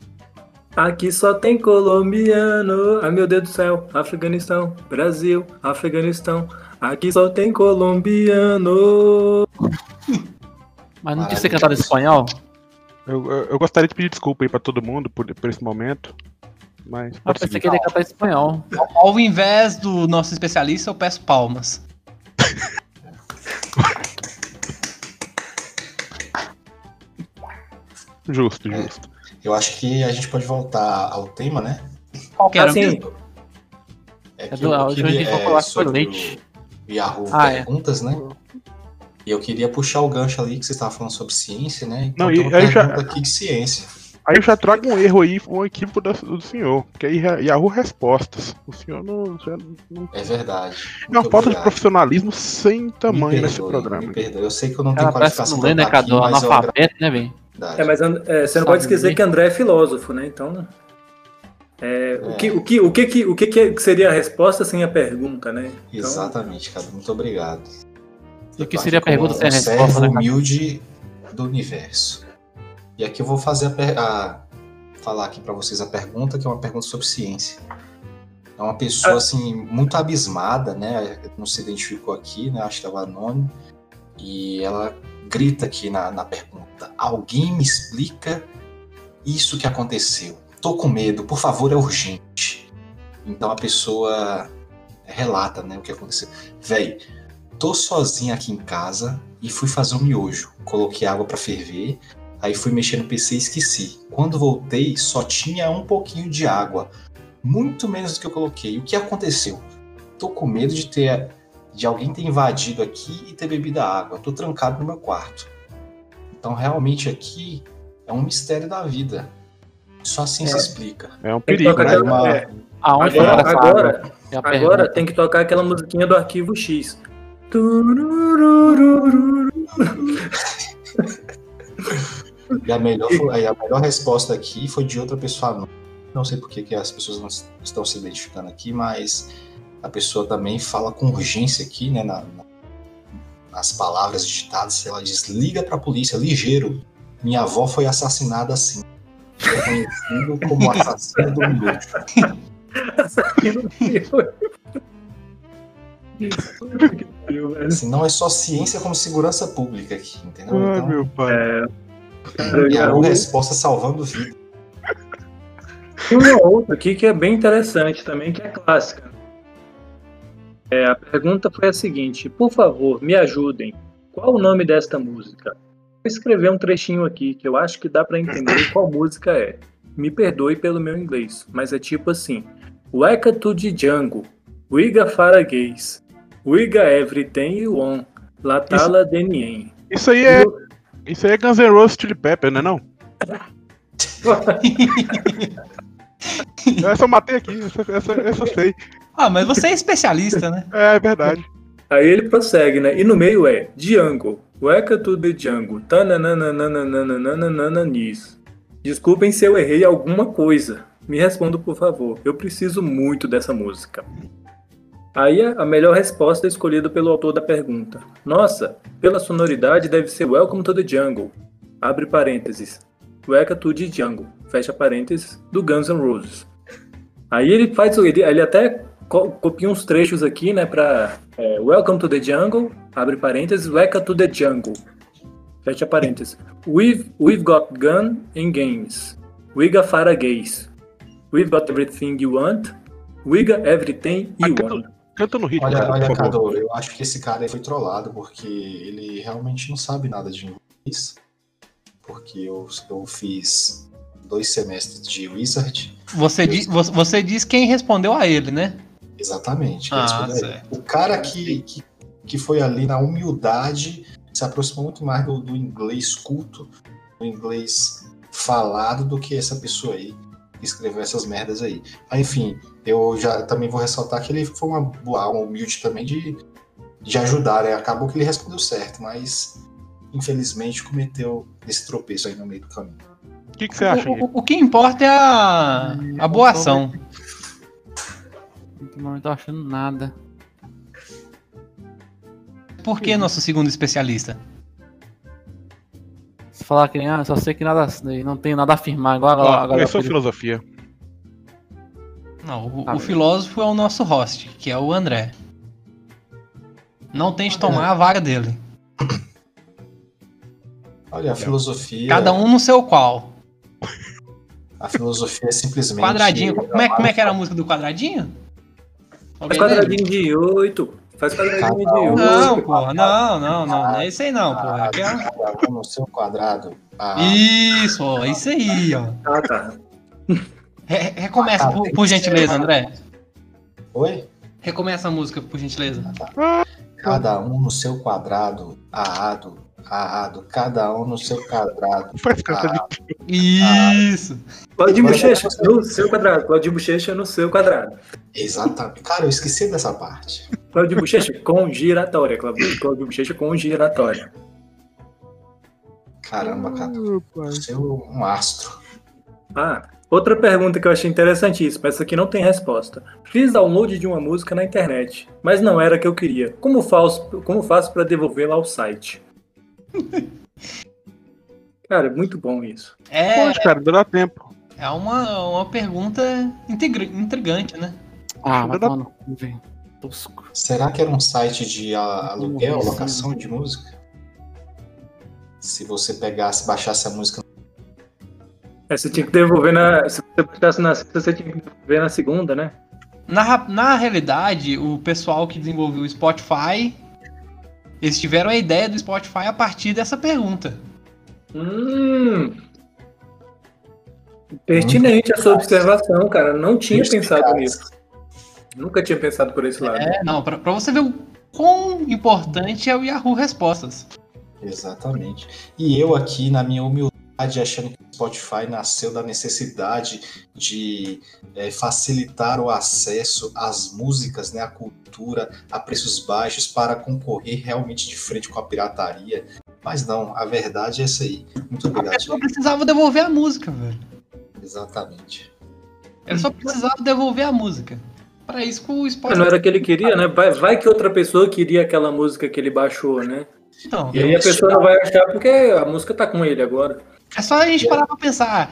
Aqui só tem colombiano. Ai meu Deus do céu, Afeganistão, Brasil, Afeganistão. Aqui só tem colombiano.
Mas não tinha que ser
Maravilhoso.
cantado em espanhol?
Eu, eu- eu gostaria de pedir desculpa aí pra todo mundo por, por esse momento. Mas
Ah,
pode
pensei
seguir.
que ele ia cantar em espanhol.
Ao invés do nosso especialista, eu peço palmas.
Justo, justo.
Eu acho que a gente pode voltar ao tema, né?
Qual que era
um
Assim,
mesmo?
É
do- ah, hoje a gente vai falar sobre
sobre
leite.
o Yahoo
Ah, é.
Perguntas, né? E eu queria puxar o gancho ali que você estava falando sobre ciência, né? Então
Não,
tem
e
uma
aí já-
pergunta aqui de ciência.
Aí eu já trago um erro aí, um equívoco da- do, senhor. Porque aí já- Yahoo Respostas. O senhor não. já não-
É verdade.
é uma
Muito
falta de
obrigado.
profissionalismo sem tamanho
Me
nesse
perdoe,
programa.
Me perdoe. Eu sei que eu não tenho
Cara, parece que
qualificação
não lê, né,
pra estar
Cadu?
aqui, mas é uma
Analfabeto, né, velho?
gravidade.
É, mas And- é, você não
Sabe
pode esquecer
ler.
que André é filósofo, né? Então. é, o,
É.
que, o, que, o, que, que- o que que seria a resposta sem a pergunta, né? Então,
Exatamente, Cadu. Muito obrigado.
E o que seria a pergunta sem a
um
resposta,
servo
né, cara?
humilde do universo. E aqui eu vou fazer a, per- a- falar aqui para vocês a pergunta, que é uma pergunta sobre ciência. É uma pessoa assim muito abismada, né? Não se identificou aqui, né? Acho que estava anônimo. E ela grita aqui na, na pergunta: "Alguém me explica isso que aconteceu? Tô com medo, por favor, é urgente." Então a pessoa relata, né, o que aconteceu. Véi, tô sozinha aqui em casa e fui fazer um miojo. Coloquei água pra ferver, aí fui mexer no PC e esqueci. Quando voltei, só tinha um pouquinho de água, muito menos do que eu coloquei. O que aconteceu? Tô com medo de ter de alguém ter invadido aqui e ter bebido a água. Tô trancado no meu quarto. Então, realmente aqui é um mistério da vida. Só assim se explica.
É um
tem que
perigo,
tocar
né?
Aí
aquela-
uma-
é,
Aonde foi
agora,
parar essa água?
agora,
É a
agora
pergunta.
tem que tocar aquela musiquinha do arquivo X. Turururururu.
E a melhor, foi- aí a melhor resposta aqui foi de outra pessoa anônima. Não sei por que que as pessoas não s- estão se identificando aqui, mas a pessoa também fala com urgência aqui, né? na- na- nas palavras digitadas, ela diz: liga pra polícia, ligeiro. Minha avó foi assassinada assim. Reconhecido como assassino do minuto. Assim, não é só ciência como segurança pública aqui, entendeu? Então,
Ai, meu pai.
Cara,
e a
Yahoo.
resposta salvando vida.
Tem uma outra aqui que é bem interessante também, que é clássica. É, a pergunta foi a seguinte: Por favor, me ajudem. Qual o nome desta música? Vou escrever um trechinho aqui que eu acho que dá pra entender qual música é. Me perdoe pelo meu inglês, mas é tipo assim: Weka to the Django, Wiga Faragays, Wiga Everything You Want, Latala Denien.
Isso aí é. Isso aí é Guns N' Roses Chili Pepper, não é não? Essa eu matei aqui, essa, essa, essa eu sei.
Ah, mas você é especialista, né?
É, é verdade.
Aí ele prossegue, né? E no meio é Django, Weka to the Django, tananananananananananis. Desculpem se eu errei alguma coisa. Me respondo, por favor. Eu preciso muito dessa música. Aí a a melhor resposta é escolhida pelo autor da pergunta. Nossa, pela sonoridade deve ser Welcome to the Jungle. Abre parênteses. Weka to the Django. Fecha parênteses. Do Guns N' Roses. Aí ele faz o. Ele, ele até co- copia uns trechos aqui, né? Pra. é, Welcome to the jungle, abre parênteses, Welcome to the jungle. Fecha parênteses. We've, we've got gun and games. We got fara gays. We've got everything you want. We got everything you
Aquilo-
want.
Canta no ritmo,
Olha,
cara,
olha,
por favor.
Cadu, eu acho que esse cara aí foi trollado, porque ele realmente não sabe nada de inglês. Porque eu, eu fiz dois semestres de Wizard.
Você, di- vo- você diz quem respondeu a ele, né?
Exatamente. é
Ah,
responde aí.
certo.
O cara que, que, que foi ali na humildade se aproximou muito mais do, do inglês culto, do inglês falado, do que essa pessoa aí que escreveu essas merdas aí. Mas, enfim, eu já também vou ressaltar que ele foi uma boa alma humilde também de, de ajudar, né? Acabou que ele respondeu certo, mas infelizmente cometeu esse tropeço aí no meio do caminho.
O que, que você acha,
O-
Gui?
o, o que importa é a, a boa ação.
Não tô achando nada.
Por que nosso segundo especialista?
Se falar que nem, ah, só sei que nada, não tenho nada a afirmar, igual
Ó,
agora. agora
começou a filosofia.
Não, o,
Ah,
o filósofo é o nosso host, que é o André. Não tente tomar a vaga dele.
Olha, a filosofia.
Cada um no seu qual.
A filosofia é simplesmente.
Quadradinho. Como é, como é que era a música do quadradinho?
Faz
Alguém lembra?
É quadradinho de 8. Faz quadradinho de
Cada um.
8.
Não, porra, não, não, não. Não é isso aí não,
Ah,
porra. Aqui é-
Cada um no seu quadrado. Ah,
Isso, ó, é isso aí, ó.
Ah, tá.
Re- recomeça, por, por gentileza, André.
Oi?
Recomeça a música, por gentileza.
Cada um no seu quadrado, aado, aado, cada um no seu quadrado.
Não faz canta de
Isso.
Claudinho
Agora-
Bochecha no seu quadrado. Claudinho Bochecha no seu quadrado.
Exatamente. Cara, eu esqueci dessa parte.
Claudinho Bochecha com giratória. Claudinho Claudinho Bochecha com giratória.
Caramba, cara. Você é um astro.
Ah, outra pergunta que eu achei interessantíssima. Essa aqui não tem resposta. Fiz download de uma música na internet, mas não era a que eu queria. Como faço, como faço para devolvê-la ao site? Cara, é muito bom isso.
É,
Pode, cara, dá tempo.
é uma, uma pergunta integri- intrigante, né?
Ah, mas toma no cu, velho. Tosco.
Será que era um site de a- aluguel,
Sim.
locação de música? Se você pegasse, baixasse a música.
É, você tinha que devolver na. Se você botasse na sexta, você tinha que devolver na segunda, né?
Na, ra- na realidade, o pessoal que desenvolveu o Spotify, eles tiveram a ideia do Spotify a partir dessa pergunta.
Hum. Pertinente a sua observação, cara. Não tinha pensado nisso. Nunca tinha pensado por esse lado.
É, não, pra, pra você ver o quão importante é o Yahoo Respostas.
Exatamente. E eu aqui, na minha humildade, achando que o Spotify nasceu da necessidade de eh, facilitar o acesso às músicas, né, à cultura, a preços baixos, para concorrer realmente de frente com a pirataria. Mas não, a verdade é essa aí. Muito
A
obrigado,
pessoa
Thiago.
precisava devolver a música, velho.
Exatamente.
Ele só precisava devolver a música. Pra isso que o
Ah, Não
Spotify.
era que ele queria, né? Vai, vai que outra pessoa queria aquela música que ele baixou, né?
Então,
E aí a pessoa não vai achar porque a música tá com ele agora.
é só a gente parar pra pensar.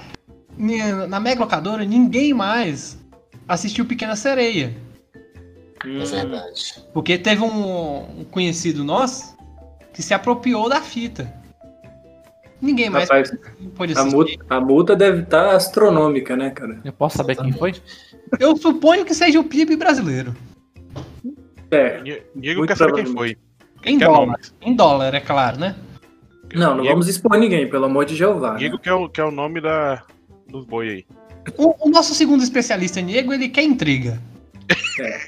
Ni- Na Mega Locadora, ninguém mais assistiu Pequena Sereia.
Hum.
É verdade.
Porque teve um, um conhecido nosso que se apropriou da fita. Ninguém é mais
Rapaz,
pode
a
assistir.
multa, a multa deve estar astronômica, né, cara?
Eu posso saber quem foi?
Eu suponho que seja o PIB brasileiro.
É.
Diego
Muito
quer saber quem foi.
provavelmente.
Em
quer
dólar.
nomes.
Em dólar, é claro, né?
Não, não
Diego-
vamos expor ninguém, pelo amor de Jeová. né?
Diego quer o, quer o nome da, dos boi aí.
O, o nosso segundo especialista negro, ele quer intriga.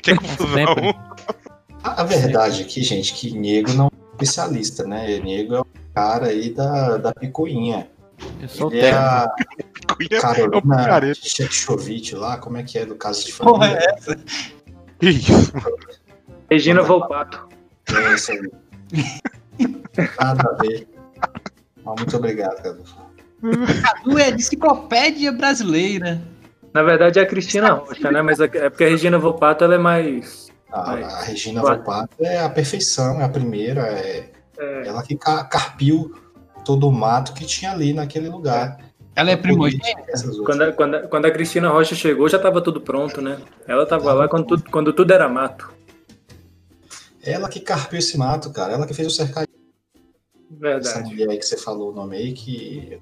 Quer confusão.
sempre.
A, a verdade aqui, gente, que Nego não é especialista, né? Nego é o cara aí da, da picuinha.
Eu sou o
Ele é
técnico.
a
Cunha é o
Carolina
picareta.
Tchechovitch lá, como é que é do caso de
Porra,
família?
é essa?
Que isso?
Regina Volpato.
É isso aí. Nada a ver. Mas muito obrigado, Cadu.
Cadu é a enciclopédia brasileira.
Na verdade é a Cristina Rocha, né? Mas é é porque a Regina Volpato ela é mais.
A,
Vai.
a Regina
Vai.
Volpato é a perfeição, é a primeira. É
É,
ela que ca- carpiu todo o mato que tinha ali naquele lugar.
Ela é primogênita?
Essas outras.
Quando a, quando a- quando a Cristina Rocha chegou, já tava tudo pronto, né? Ela tava lá quando tudo, quando tudo era mato.
Ela que carpeu esse mato, cara. Ela que fez o cercadinho. Essa
Verdade.
mulher aí que você falou o nome aí que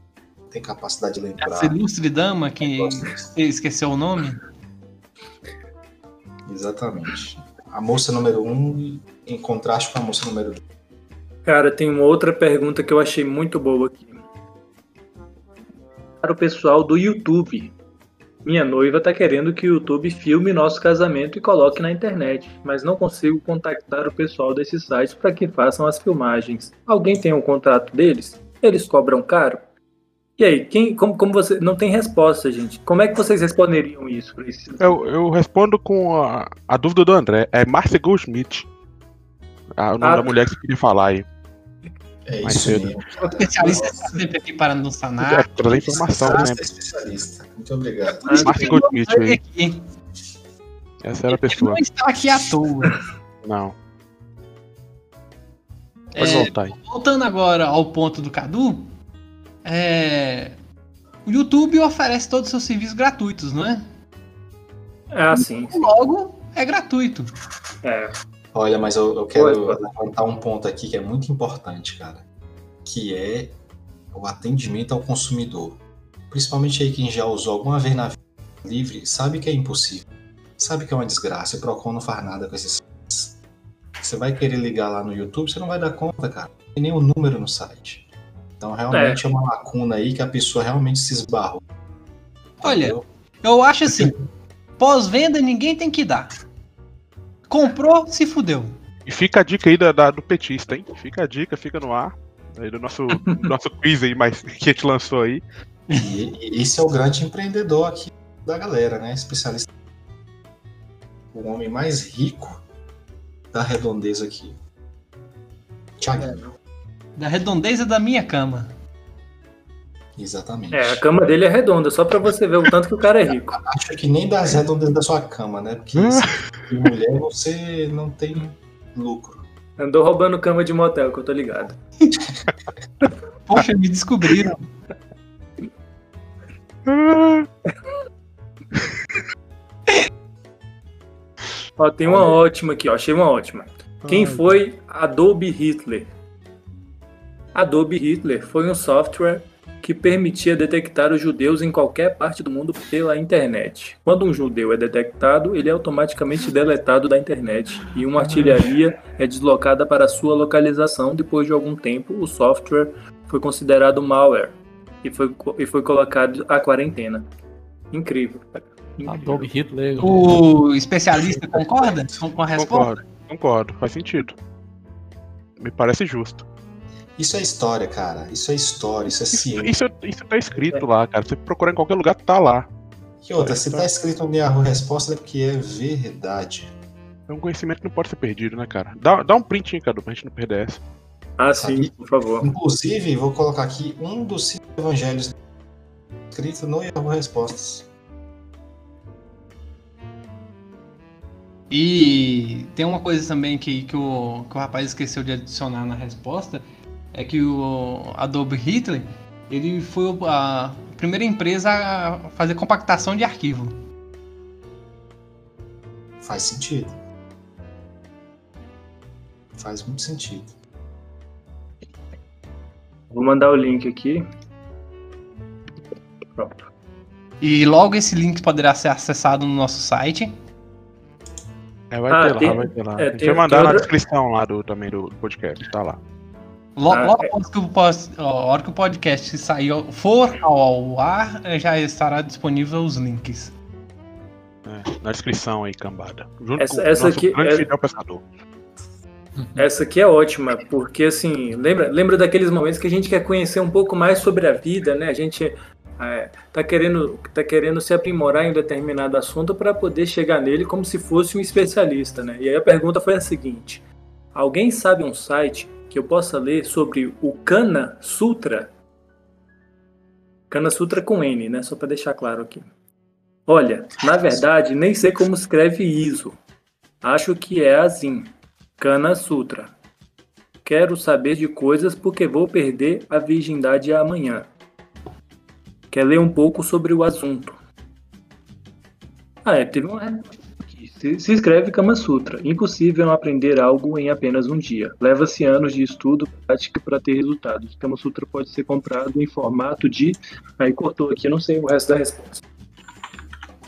tem capacidade de lembrar.
Essa ilustre dama que
Gosto disso.
esqueceu o nome?
Exatamente. A moça número um, em contraste com a moça número dois.
Cara, tem uma outra pergunta que eu achei muito boa aqui. Para o pessoal do YouTube. Minha noiva tá querendo que o YouTube filme nosso casamento e coloque na internet, mas não consigo contactar o pessoal desses sites para que façam as filmagens. Alguém tem um contrato deles? Eles cobram caro? E aí, quem, como, como você. Não tem resposta, gente. Como é que vocês responderiam isso, Priscila?
Eu, eu respondo com a, a dúvida do André. É Marcia Goldschmidt. Ah, o nome
Ah.
da mulher que você queria falar aí.
É
Mais
isso
cedo.
mesmo.
O especialista está sempre aqui para nos
É,
sanar.
pra dar informação, né?
Sastra especialista. Muito obrigado.
Ah,
Marcia
Ele
Goldschmidt
não
aí.
veio aqui.
Essa era
Ele
a pessoa.
não está aqui à toa.
Não. Pode
É,
voltar aí.
voltando agora ao ponto do Cadu, é, o YouTube oferece todos os seus serviços gratuitos, não é?
Ah, sim.
Logo, é gratuito.
É.
Olha, mas eu, eu quero
Pois,
levantar um ponto aqui que é muito importante, cara. Que é o atendimento ao consumidor. Principalmente aí quem já usou alguma vez na vida livre, sabe que é impossível. Sabe que é uma desgraça. E o Procon não faz nada com esses. sites. Você vai querer ligar lá no YouTube, você não vai dar conta, cara. Não tem nem o número no site. Então, realmente é. uma lacuna aí que a pessoa realmente se esbarrou.
Olha,
entendeu?
eu acho assim: pós-venda ninguém tem que dar. Comprou, se fudeu.
E fica a dica aí da, da- do petista, hein? Fica a dica, fica no ar. Aí do nosso, do nosso quiz aí, mas que a gente lançou aí.
E, e esse é o grande empreendedor aqui da galera, né? Especialista. O homem mais rico da redondeza aqui. Thiaguinho.
Da redondeza da minha cama.
Exatamente.
é, a cama dele é redonda, só pra você ver o tanto que o cara é rico.
Acho que nem das redondezas da sua cama, né? Porque
Hum.
se de mulher você não tem lucro.
Andou roubando cama de motel, que eu tô ligado.
Poxa, me descobriram.
Ó, tem uma ótima aqui, ó. Achei uma ótima. Quem foi Adobe Hitler? Adobe Hitler foi um software que permitia detectar os judeus em qualquer parte do mundo pela internet. Quando um judeu é detectado, ele é automaticamente deletado da internet e uma artilharia é deslocada para sua localização. Depois de algum tempo, o software foi considerado malware e foi, co- e foi colocado à quarentena. Incrível. cara. Incrível.
Adobe Hitler.
O especialista concorda com com a resposta?
Concordo, concordo. Faz sentido. Me parece justo.
Isso é história, cara. Isso é história, isso é
Isso,
ciência.
isso, isso tá escrito lá, cara. Você procurar em qualquer lugar, tá lá.
E outra, se tá escrito ali a resposta é porque é verdade.
É um conhecimento que não pode ser perdido, né, cara? Dá, dá um print, hein, Cadu, pra gente não perder essa.
Ah, sim, por favor.
Inclusive, vou colocar aqui um dos cinco evangelhos escrito no Yahoo Respostas.
E tem uma coisa também que, que, o, que o rapaz esqueceu de adicionar na resposta, é que o Adobe Hitler, ele foi o- a primeira empresa a fazer compactação de arquivo.
Faz sentido. Faz muito sentido.
Vou mandar o link aqui. Pronto.
E logo esse link poderá ser acessado no nosso site.
É, vai
Ah,
ter lá,
tem-
vai ter lá.
é,
a gente
tem-
vai mandar
tem
na
outra-
descrição lá do, também do podcast, tá lá.
Lo-
Ah,
logo
é.
após que o pos- a hora que o podcast sair, ao- for ao, ao ar, eh, já estará disponível os links.
É, na descrição aí, cambada. Junto
Essa-
com o
essa
nosso
aqui
grande
é-
Fidel Pescador.
Essa aqui é ótima, porque assim, lembra, lembra daqueles momentos que a gente quer conhecer um pouco mais sobre a vida, né? A gente é, tá, querendo, tá querendo se aprimorar em um determinado assunto para poder chegar nele como se fosse um especialista, né? E aí a pergunta foi a seguinte: alguém sabe um site que eu possa ler sobre o Kana Sutra? Kana Sutra com N, né? Só para deixar claro aqui. Olha, na verdade, nem sei como escreve ISO. Acho que é assim. Kana Sutra. Quero saber de coisas porque vou perder a virgindade amanhã. quer ler um pouco sobre o assunto. Ah, é, teve um aqui. Se, se escreve Kama Sutra. Impossível aprender algo em apenas um dia. Leva-se anos de estudo, prática para ter resultados. Kama Sutra pode ser comprado em formato de. Aí cortou aqui, eu não sei o resto da resposta.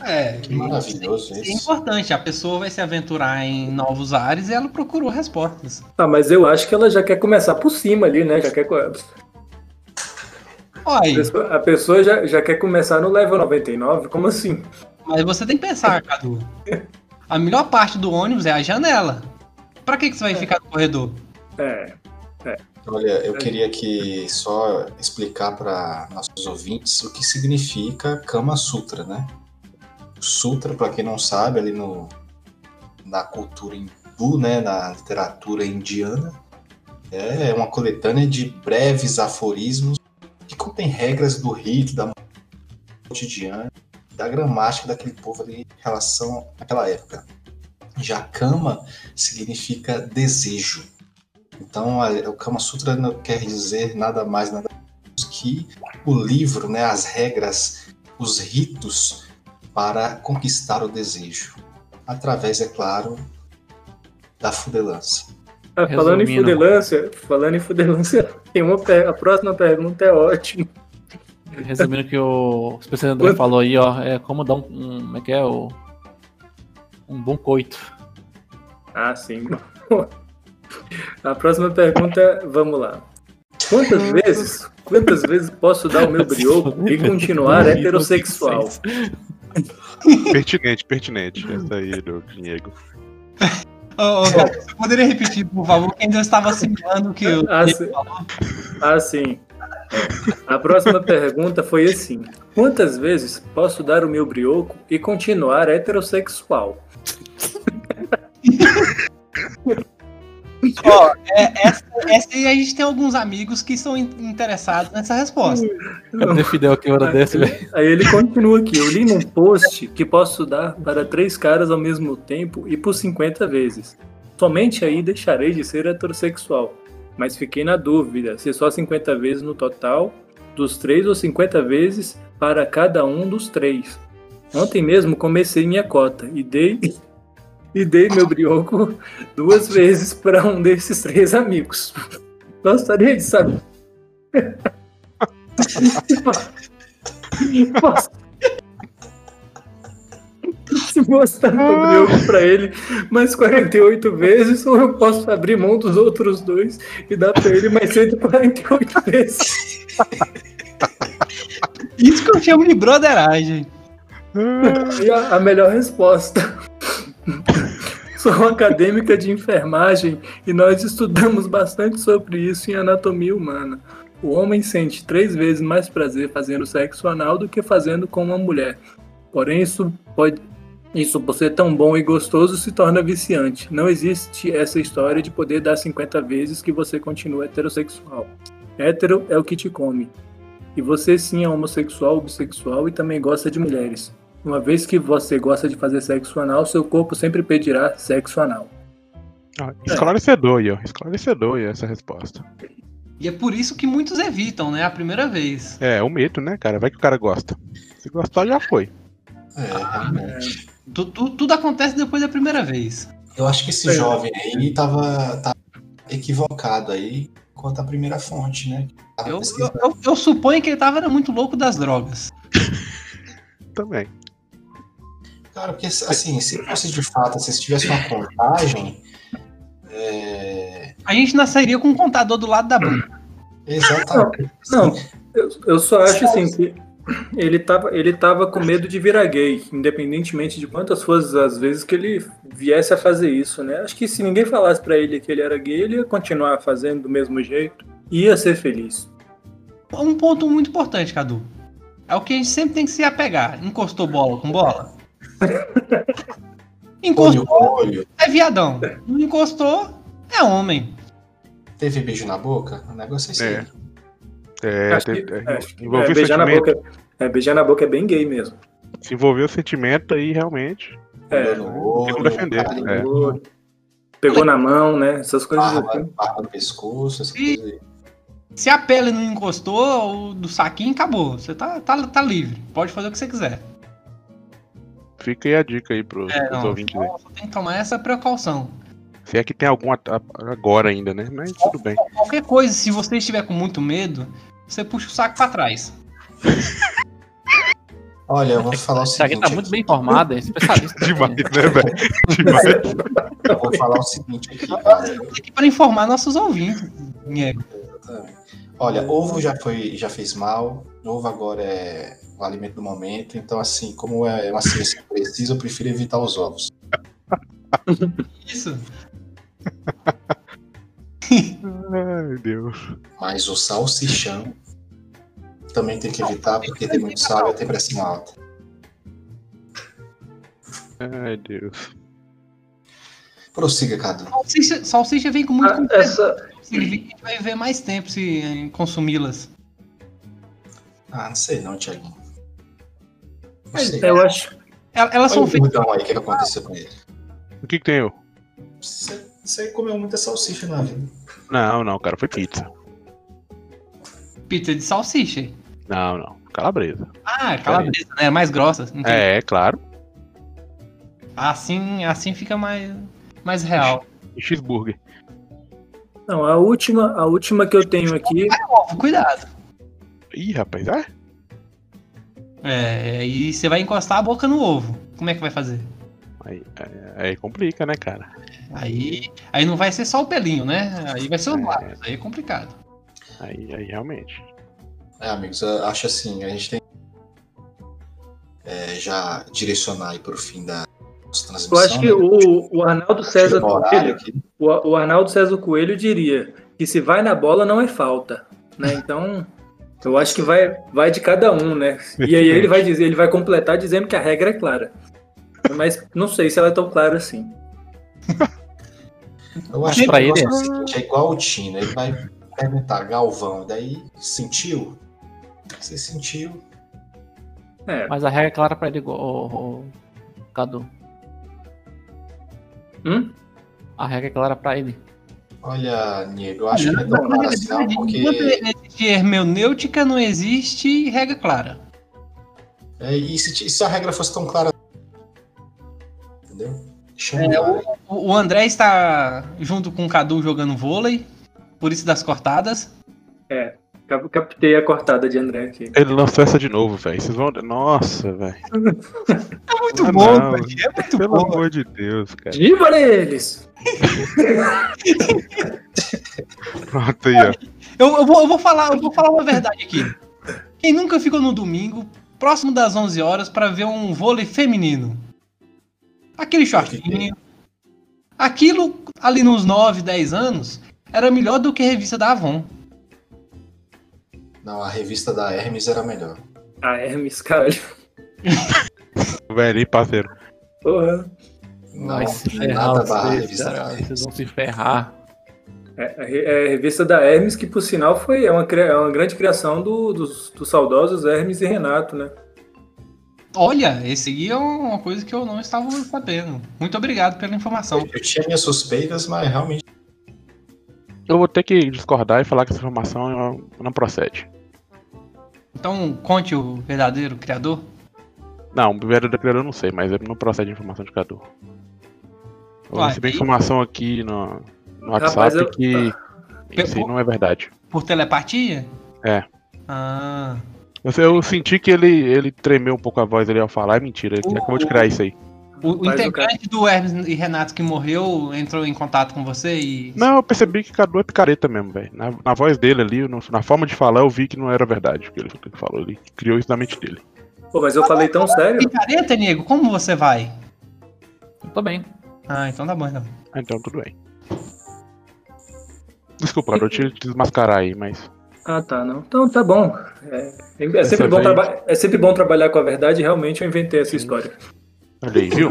É,
Que maravilhoso
é
isso.
importante. A pessoa vai se aventurar em novos ares e ela procurou respostas.
Ah, mas eu acho que ela já quer começar por cima ali, né? Já quer, co- a
Olha,
pessoa, a pessoa já, já quer começar no level 99? Como assim?
mas você tem que pensar, Cadu. A melhor parte do ônibus é a janela. Pra que, que você vai ficar no corredor?
É.
Olha, eu queria aqui só explicar para nossos ouvintes o que significa Kama Sutra, né? Sutra, para quem não sabe, ali no, na cultura hindu, né, na literatura indiana, é uma coletânea de breves aforismos que contém regras do rito, da cotidiana, da gramática daquele povo ali em relação àquela época. Já Kama significa desejo. Então, a- o Kama Sutra não quer dizer nada mais, nada menos que o livro, né, as regras, os ritos para conquistar o desejo. Através, é claro, da fudelança.
Ah, falando em
Resumindo.
fudelância, falando em fudelância, tem uma per- a próxima pergunta é ótima.
Resumindo o que o especialista André falou aí, ó, é como dar um, um- como é que é o um bom coito.
Ah, sim. A próxima pergunta, é, vamos lá. Quantas vezes, quantas vezes posso dar o meu brioco e continuar heterossexual?
Pertinente, pertinente. Essa aí do Diego.
Ô, ô, Cadu, você poderia repetir, por favor, que ainda eu estava assimilando o que eu.
Ah, sim. Ah, sim. A próxima pergunta foi assim: Quantas vezes posso dar o meu brioco e continuar heterossexual?
Ó, é- essa, essa aí a gente tem alguns amigos que são in- interessados nessa resposta.
Cadê Fidel aqui hora dessa, velho?
Aí ele continua aqui: Eu li num post que posso dar para três caras ao mesmo tempo e por 50 vezes. Somente aí deixarei de ser heterossexual. Mas fiquei na dúvida se só 50 vezes no total dos três ou 50 vezes para cada um dos três. Ontem mesmo comecei minha cota e dei e dei meu brioco duas vezes para um desses três amigos. Gostaria de saber. Se mostrar meu brioco para ele mais 48 vezes, ou eu posso abrir mão dos outros dois e dar para ele mais 148 vezes.
Isso que eu chamo de broderagem.
E a, a melhor resposta. Sou uma acadêmica de enfermagem e nós estudamos bastante sobre isso em anatomia humana. O homem sente três vezes mais prazer fazendo sexo anal do que fazendo com uma mulher. Porém, isso pode. Isso por ser tão bom e gostoso se torna viciante. Não existe essa história de poder dar 50 vezes que você continua heterossexual. Hétero é o que te come. E você sim é homossexual, bissexual e também gosta de mulheres. Uma vez que você gosta de fazer sexo anal, seu corpo sempre pedirá sexo anal.
Ah, esclarecedor aí, ó. Esclarecedor aí essa resposta.
E é por isso que muitos evitam, né? A primeira vez.
É, é um mito, né, cara? Vai que o cara gosta. Se gostar, já foi.
É, realmente.
Tu- tu- tudo acontece depois da primeira vez.
Eu acho que esse
É.
jovem aí tava, tá equivocado aí quanto à primeira fonte, né? Tava
Eu,
pesquisando.
eu- eu- eu suponho que ele tava era muito louco das drogas.
Também.
Cara, porque assim, se fosse de fato, se tivesse uma contagem, é,
A gente nasceria com um contador do lado da boca.
exatamente. assim,
Não, eu, eu só acho assim que ele tava, ele tava com medo de virar gay, independentemente de quantas fossem as vezes que ele viesse a fazer isso, né? Acho que se ninguém falasse pra ele que ele era gay, ele ia continuar fazendo do mesmo jeito, ia ser feliz.
Um ponto muito importante, Cadu. É o que a gente sempre tem que se apegar. Encostou bola com bola?
Olho
Encostou
com olho,
é viadão. Não encostou é homem.
teve beijo na boca, o negócio é isso
É.
aí.
É,
acho
tem-
que,
é,
acho que-
envolver
é,
o
beijar na
sentimento.
boca, é, beijar na boca é bem gay mesmo.
Se envolver o sentimento aí, realmente.
Olho
É,
no
Tem
olho,
que defender,
carinho,
é.
pegou na mão, né? Essas coisas.
Ah, barba, barba no pescoço, essa
E-
coisa aí.
Se a pele não encostou o do saquinho, acabou. Você tá, tá, tá livre. Pode fazer o que você quiser.
Fica aí a dica aí pros,
É,
pros
não,
ouvintes aí.
só, só tem que tomar essa precaução.
Se é que tem algum at- agora ainda, né? Mas tudo bem.
Qualquer coisa, se você estiver com muito medo, você puxa o saco pra trás.
Olha, eu vou falar o
Esse aqui
seguinte.
tá muito bem informado, é especialista.
Demais,
também.
né, velho? Demais.
Eu vou falar o seguinte aqui. cara.
Estamos aqui pra informar nossos ouvintes. É Diego.
Exatamente. Olha, ovo já foi, já fez mal. Ovo agora é o alimento do momento. Então, assim, como é uma ciência precisa, eu prefiro evitar os ovos.
Isso.
Ai, meu Deus.
Mas o salsichão também tem que evitar, porque tem muito sal e tem pressão alta.
Ai, Deus.
Prossiga, Cadu.
Salsicha, salsicha vem com muito
Ah,
conteúdo.
essa,
Significa que a gente vai viver mais tempo se consumi-las.
Ah, não sei não, Thiaguinho. Não
mas
sei.
é,
eu acho.
El- Elas
um
Olha
são
o
feitas.
gordão aí, o que aconteceu com ele?
O que, que tem eu?
Você, você comeu muita salsicha na vida.
Não, não, cara, foi pizza.
Pizza de salsicha.
Não, não. Calabresa.
Ah, calabresa, né? Mais grossa. não tem-
É, claro.
Assim, assim fica mais, mais real.
E cheeseburger.
Não, a última, a última que eu tenho aqui.
Ovo, cuidado.
Ih, rapaz. Ah,
É, e você vai encostar a boca no ovo. Como é que vai fazer?
aí, aí, aí complica, né, cara?
Aí, aí não vai ser só o pelinho, né? Aí vai ser os lábios. Aí é complicado.
Aí, aí realmente.
É, amigos, eu acho assim, a gente tem é, já direcionar aí pro fim da nossa
Eu
transmissão.
acho que
né?
o, o Arnaldo César tá
Chegou o horário
Coelho,
aqui.
o, o Arnaldo César Coelho diria que se vai na bola não é falta, né? Então, eu acho que vai, vai de cada um, né? E aí ele vai dizer, ele vai completar dizendo que a regra é clara. Mas não sei se ela é tão clara assim.
Eu acho que
Pra
o negócio
ele
é o seguinte, é igual o Tino, ele vai perguntar Galvão, daí sentiu? Você sentiu?
É.
Mas a regra é clara pra ele, igual. ô, ô, Cadu.
Hum?
A regra é clara pra ele.
Olha, Nego, eu acho que não é
Na
tão claro assim não,
verdade, Enquanto
porque...
existe hermenêutica, não existe regra clara.
É, e se, ti- se a regra fosse tão clara... Entendeu? Chama
É,
lá, né?
O o André está junto com o Cadu jogando vôlei, por isso das cortadas.
Cap- Captei a cortada de André aqui.
Ele lançou essa de novo, velho. Vocês vão. Nossa, velho.
É muito
Ah,
bom,
não.
velho. É muito
Pelo
bom.
amor de Deus, cara.
Viva eles!
Pronto aí, ó.
Eu, eu vou, eu vou falar, eu vou falar uma verdade aqui. Quem nunca ficou no domingo, próximo das 11 horas, pra ver um vôlei feminino? Aquele shortinho. Aquilo ali nos 9, 10 anos era melhor do que a revista da Avon.
Não, a revista da Hermes era melhor.
A Hermes, caralho.
Velho, e parceiro.
Porra.
Não,
Vai se ferrar,
nada barra a
vocês,
revista da
cara.
Hermes.
Vocês vão se ferrar.
É, a re- é a revista da Hermes, que por sinal foi é uma, cria- é uma grande criação do- dos, dos saudosos Hermes e Renato, né?
Olha, esse aqui é uma coisa que eu não estava sabendo. Muito obrigado pela informação.
Eu tinha minhas suspeitas, mas realmente
Eu vou ter que discordar e falar que essa informação ela não procede.
Então conte o verdadeiro criador.
Não, o verdadeiro criador eu não sei, mas não procede a informação de Cadu. Eu
Uai,
recebi
e-
informação aqui no, no
Rapaz,
WhatsApp
eu-
que isso
Tá. Pegou?
não é verdade.
Por telepatia?
É.
Ah.
Eu, sei- eu senti que ele, ele tremeu um pouco a voz ali ao falar, é mentira, ele
O-
acabou de criar isso aí.
O, o
Mas o
integrante do Hermes e Renato que morreu entrou em contato com você e.
Não, eu percebi que Cadu é picareta mesmo, velho. Na, na voz dele ali, no- na forma de falar, eu vi que não era verdade o que ele, o que ele falou. Ele criou isso na mente dele.
Pô, mas eu falei tão sério.
Picareta, nego, como você vai?
Eu tô bem.
Ah, então tá bom, então.
Ah, Então tudo bem. Desculpa, Cadu, eu tinha que te desmascarar aí, mas.
Ah, tá, não. Então tá bom. É, é sempre,
Essa
bom
vez-
traba- é sempre bom trabalhar com a verdade, realmente eu inventei essa história.
Olha aí, viu?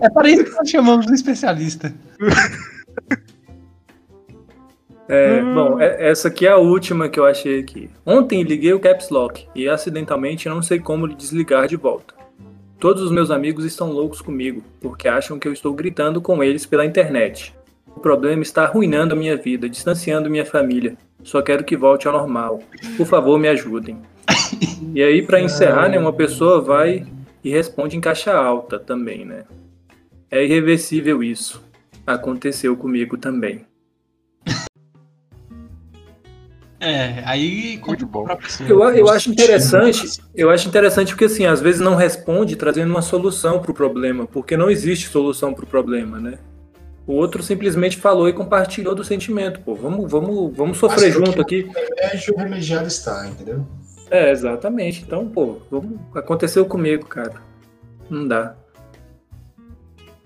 É para isso que nós chamamos um especialista.
É, Bom, é- essa aqui é a última que eu achei aqui. Ontem liguei o Caps Lock e acidentalmente não sei como desligar de volta. Todos os meus amigos estão loucos comigo, porque acham que eu estou gritando com eles pela internet. O problema está arruinando a minha vida, distanciando minha família. Só quero que volte ao normal. Por favor, me ajudem. E aí, para encerrar, né, uma pessoa vai e responde em caixa alta também, né? É irreversível isso. Aconteceu comigo também.
É, aí conta
bom.
pra pessoa.
Eu, a- eu acho interessante, eu acho interessante porque assim, às vezes não responde trazendo uma solução para o problema, porque não existe solução para o problema, né? O outro simplesmente falou e compartilhou do sentimento, pô, vamos, vamos, vamos sofrer
Mas por que-
junto aqui.
Remédio é remediado está, entendeu?
É, exatamente. Então, pô, vamos... aconteceu comigo, cara. Não dá.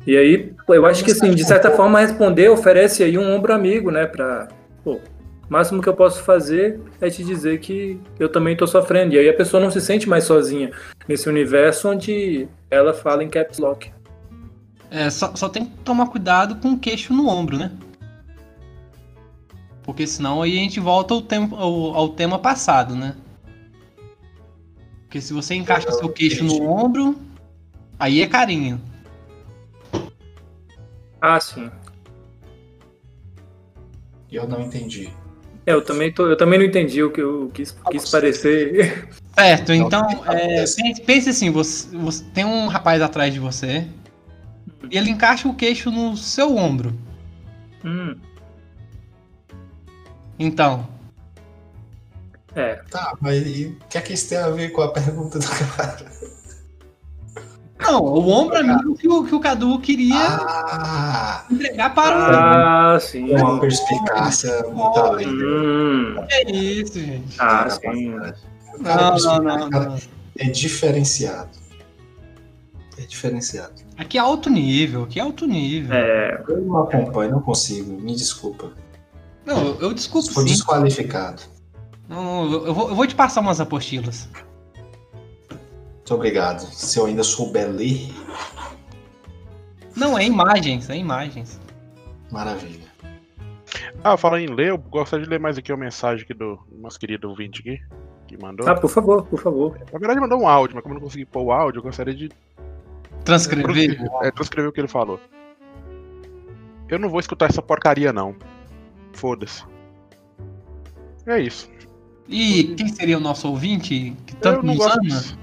E aí, pô, eu acho que assim, de certa forma responder oferece aí um ombro amigo, né, pra... Pô, o máximo que eu posso fazer é te dizer que eu também tô sofrendo. E aí a pessoa não se sente mais sozinha nesse universo onde ela fala em caps lock.
É, só, só tem que tomar cuidado com o queixo no ombro, né? Porque senão aí a gente volta ao, tempo, ao, ao tema passado, né? Porque se você encaixa seu queixo no ombro, aí é carinho.
Ah, sim.
E eu não entendi.
É, eu também, tô, eu também não entendi o que eu quis, quis parecer.
Certo, então
é,
Pense- Pense assim, você, você- tem um rapaz atrás de você e ele encaixa o queixo no seu ombro.
Hum,
Então,
é.
Tá, mas e o que é que isso tem a ver com a pergunta do cara?
não, o ombro é mesmo que o, que o Cadu queria
Ah,
entregar para
Ah, sim.
uma perspicácia muito além.
Hum.
o. É isso, gente.
Ah, sim.
Cara,
Não, não, não,
cara,
não.
É diferenciado. É diferenciado.
Aqui é alto nível, aqui é alto nível.
É,
Eu não acompanho, não consigo. Me desculpa.
Não, eu- eu desculpo
Foi
sim.
desqualificado.
Não, não, eu, eu vou, eu vou te passar umas apostilas.
Muito obrigado. Se eu ainda souber ler,
Não, é imagens, é imagens.
maravilha.
Ah, falando em ler, eu gostaria de ler mais aqui uma mensagem aqui do nosso querido ouvinte aqui, que mandou.
Ah, por favor, por favor.
Na verdade, mandou um áudio, mas como eu não consegui pôr o áudio, eu gostaria de
Transcrever.
É, transcrever o que ele falou. Eu não vou escutar essa porcaria, não. Foda-se. É isso.
E quem seria o nosso ouvinte que
eu
tanto
não
nos
gosto.
ama?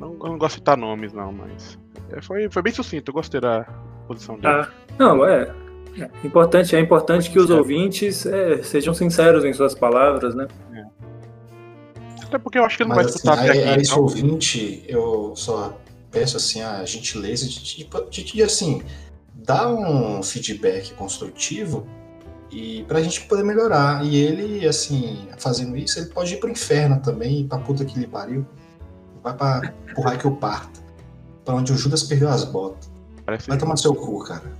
Não, eu não gosto de citar nomes, não, mas. é, foi, foi bem sucinto, eu gostei da posição dele.
Tá. Não, é. é importante, é importante que os ouvintes é, sejam sinceros em suas palavras, né?
Até porque eu acho que ele não
Mas
vai
assim,
escutar
a,
até
a
aqui.
esse
então-
ouvinte, eu só peço assim a gentileza de, de, de- de, assim, dar um feedback construtivo e pra gente poder melhorar. E ele, assim, fazendo isso, ele pode ir pro inferno também, pra puta que lhe pariu. Vai pra pro raio que eu parto. Pra onde o Judas perdeu as botas.
Parece-
Vai tomar seu cu, cara.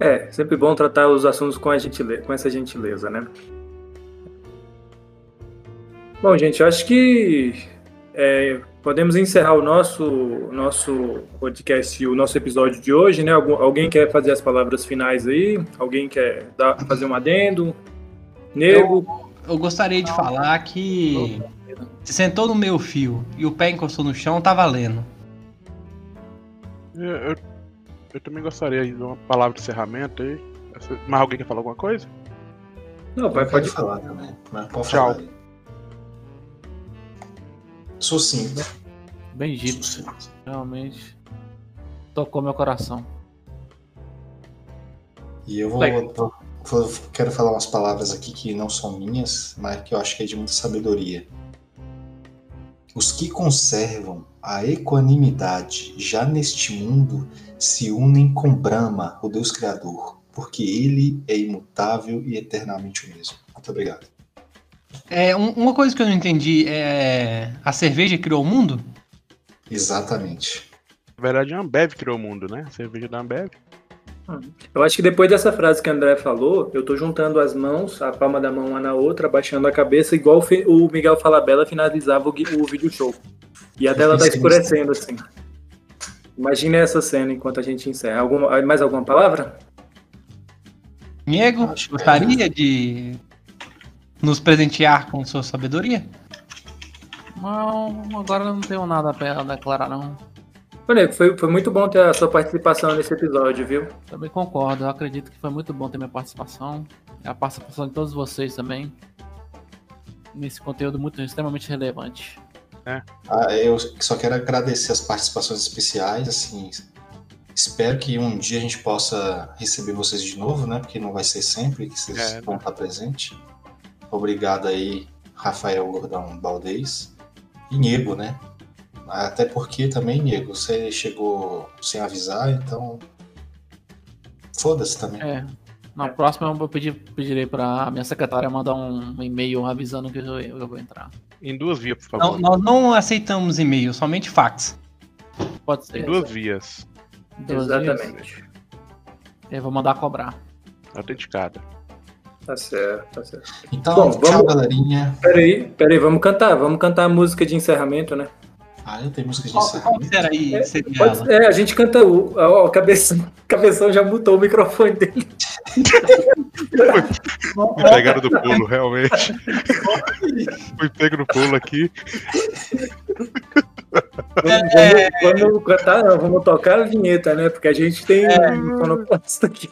É, sempre bom tratar os assuntos com, a gentileza, com essa gentileza, né? Bom, gente, eu acho que é, podemos encerrar o nosso, nosso podcast, o nosso episódio de hoje, né? Algum- alguém quer fazer as palavras finais aí? Alguém quer dar- fazer um adendo? Nego?
Eu gostaria de falar que se sentou no meu fio e o pé encostou no chão, tá valendo.
Eu, eu- eu também gostaria aí de uma palavra de encerramento aí. Essa- Mas alguém quer falar alguma coisa?
Não, vai, pode
falar também. Mas pode
Tchau.
falar. Sucinto.
Bem dito,
Sucinto.
realmente. Tocou meu coração.
E eu vou,
Legal.
vou- vou- Quero falar umas palavras aqui que não são minhas, mas que eu acho que é de muita sabedoria. Os que conservam a equanimidade já neste mundo se unem com Brahma, o Deus Criador, porque ele é imutável e eternamente o mesmo. Muito obrigado.
É, um- uma coisa que eu não entendi é. A cerveja criou o mundo?
Exatamente.
Na verdade, a Ambev criou o mundo, né? Cerveja da Ambev.
Eu acho que depois dessa frase que o André falou, eu tô juntando as mãos, a palma da mão uma na outra, abaixando a cabeça, igual o Fe- o Miguel Falabella finalizava o, gui- o vídeo show. E a tela tá escurecendo, assim. Imagina essa cena enquanto a gente encerra. Alguma, ah, mais alguma palavra?
Diego,
Acho que
gostaria de nos presentear com sua sabedoria?
Não, agora eu não tenho nada pra declarar, não.
Ô, Nego, foi, foi muito bom ter a sua participação nesse episódio, viu?
Também concordo. Eu acredito que foi muito bom ter minha participação. É A participação de todos vocês também. Nesse conteúdo muito extremamente relevante.
Ah, eu só quero agradecer as participações especiais, assim. Espero que um dia a gente possa receber vocês de novo, né? Porque não vai ser sempre que vocês
É,
vão estar presentes. Obrigado aí, Rafael Gordão Baldez. E Nego, né? Até porque também, Nego, você chegou sem avisar, então. Foda-se também.
É. Na próxima eu vou pedir, pedirei pra minha secretária mandar um e-mail avisando que eu, eu vou entrar.
Em duas vias, por
Não,
favor.
nós não aceitamos e-mail, somente fax.
Pode
Em
ser.
duas vias.
Duas vezes.
Exatamente.
Eu vou mandar cobrar.
Autenticada.
Tá certo, tá certo.
Então,
Bom,
tchau,
vamos-
galerinha.
Peraí, peraí, vamos cantar. Vamos cantar a música de encerramento, né?
Ah, eu tenho música de
Qual, qual
encerramento.
será aí?
É,
seria
Pode-
ela?
é, a gente canta o. Ó, o cabeção, o cabeção já mutou o microfone dele.
Me pegaram do pulo, realmente. Fui pego no pulo aqui.
Vamos, vamos- vamos cantar, tá, não, vamos tocar a vinheta, né? Porque a gente tem um monoplasta aqui.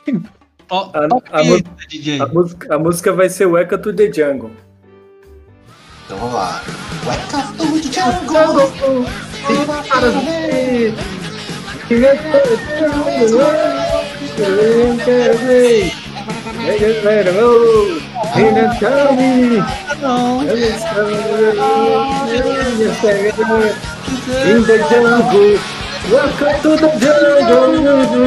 To-
a-
toca
a
aí, DJ.
A música, a música vai ser Weka to the Jungle.
Então vamos lá. Welcome to the jungle.
In the jungle, welcome to the jungle.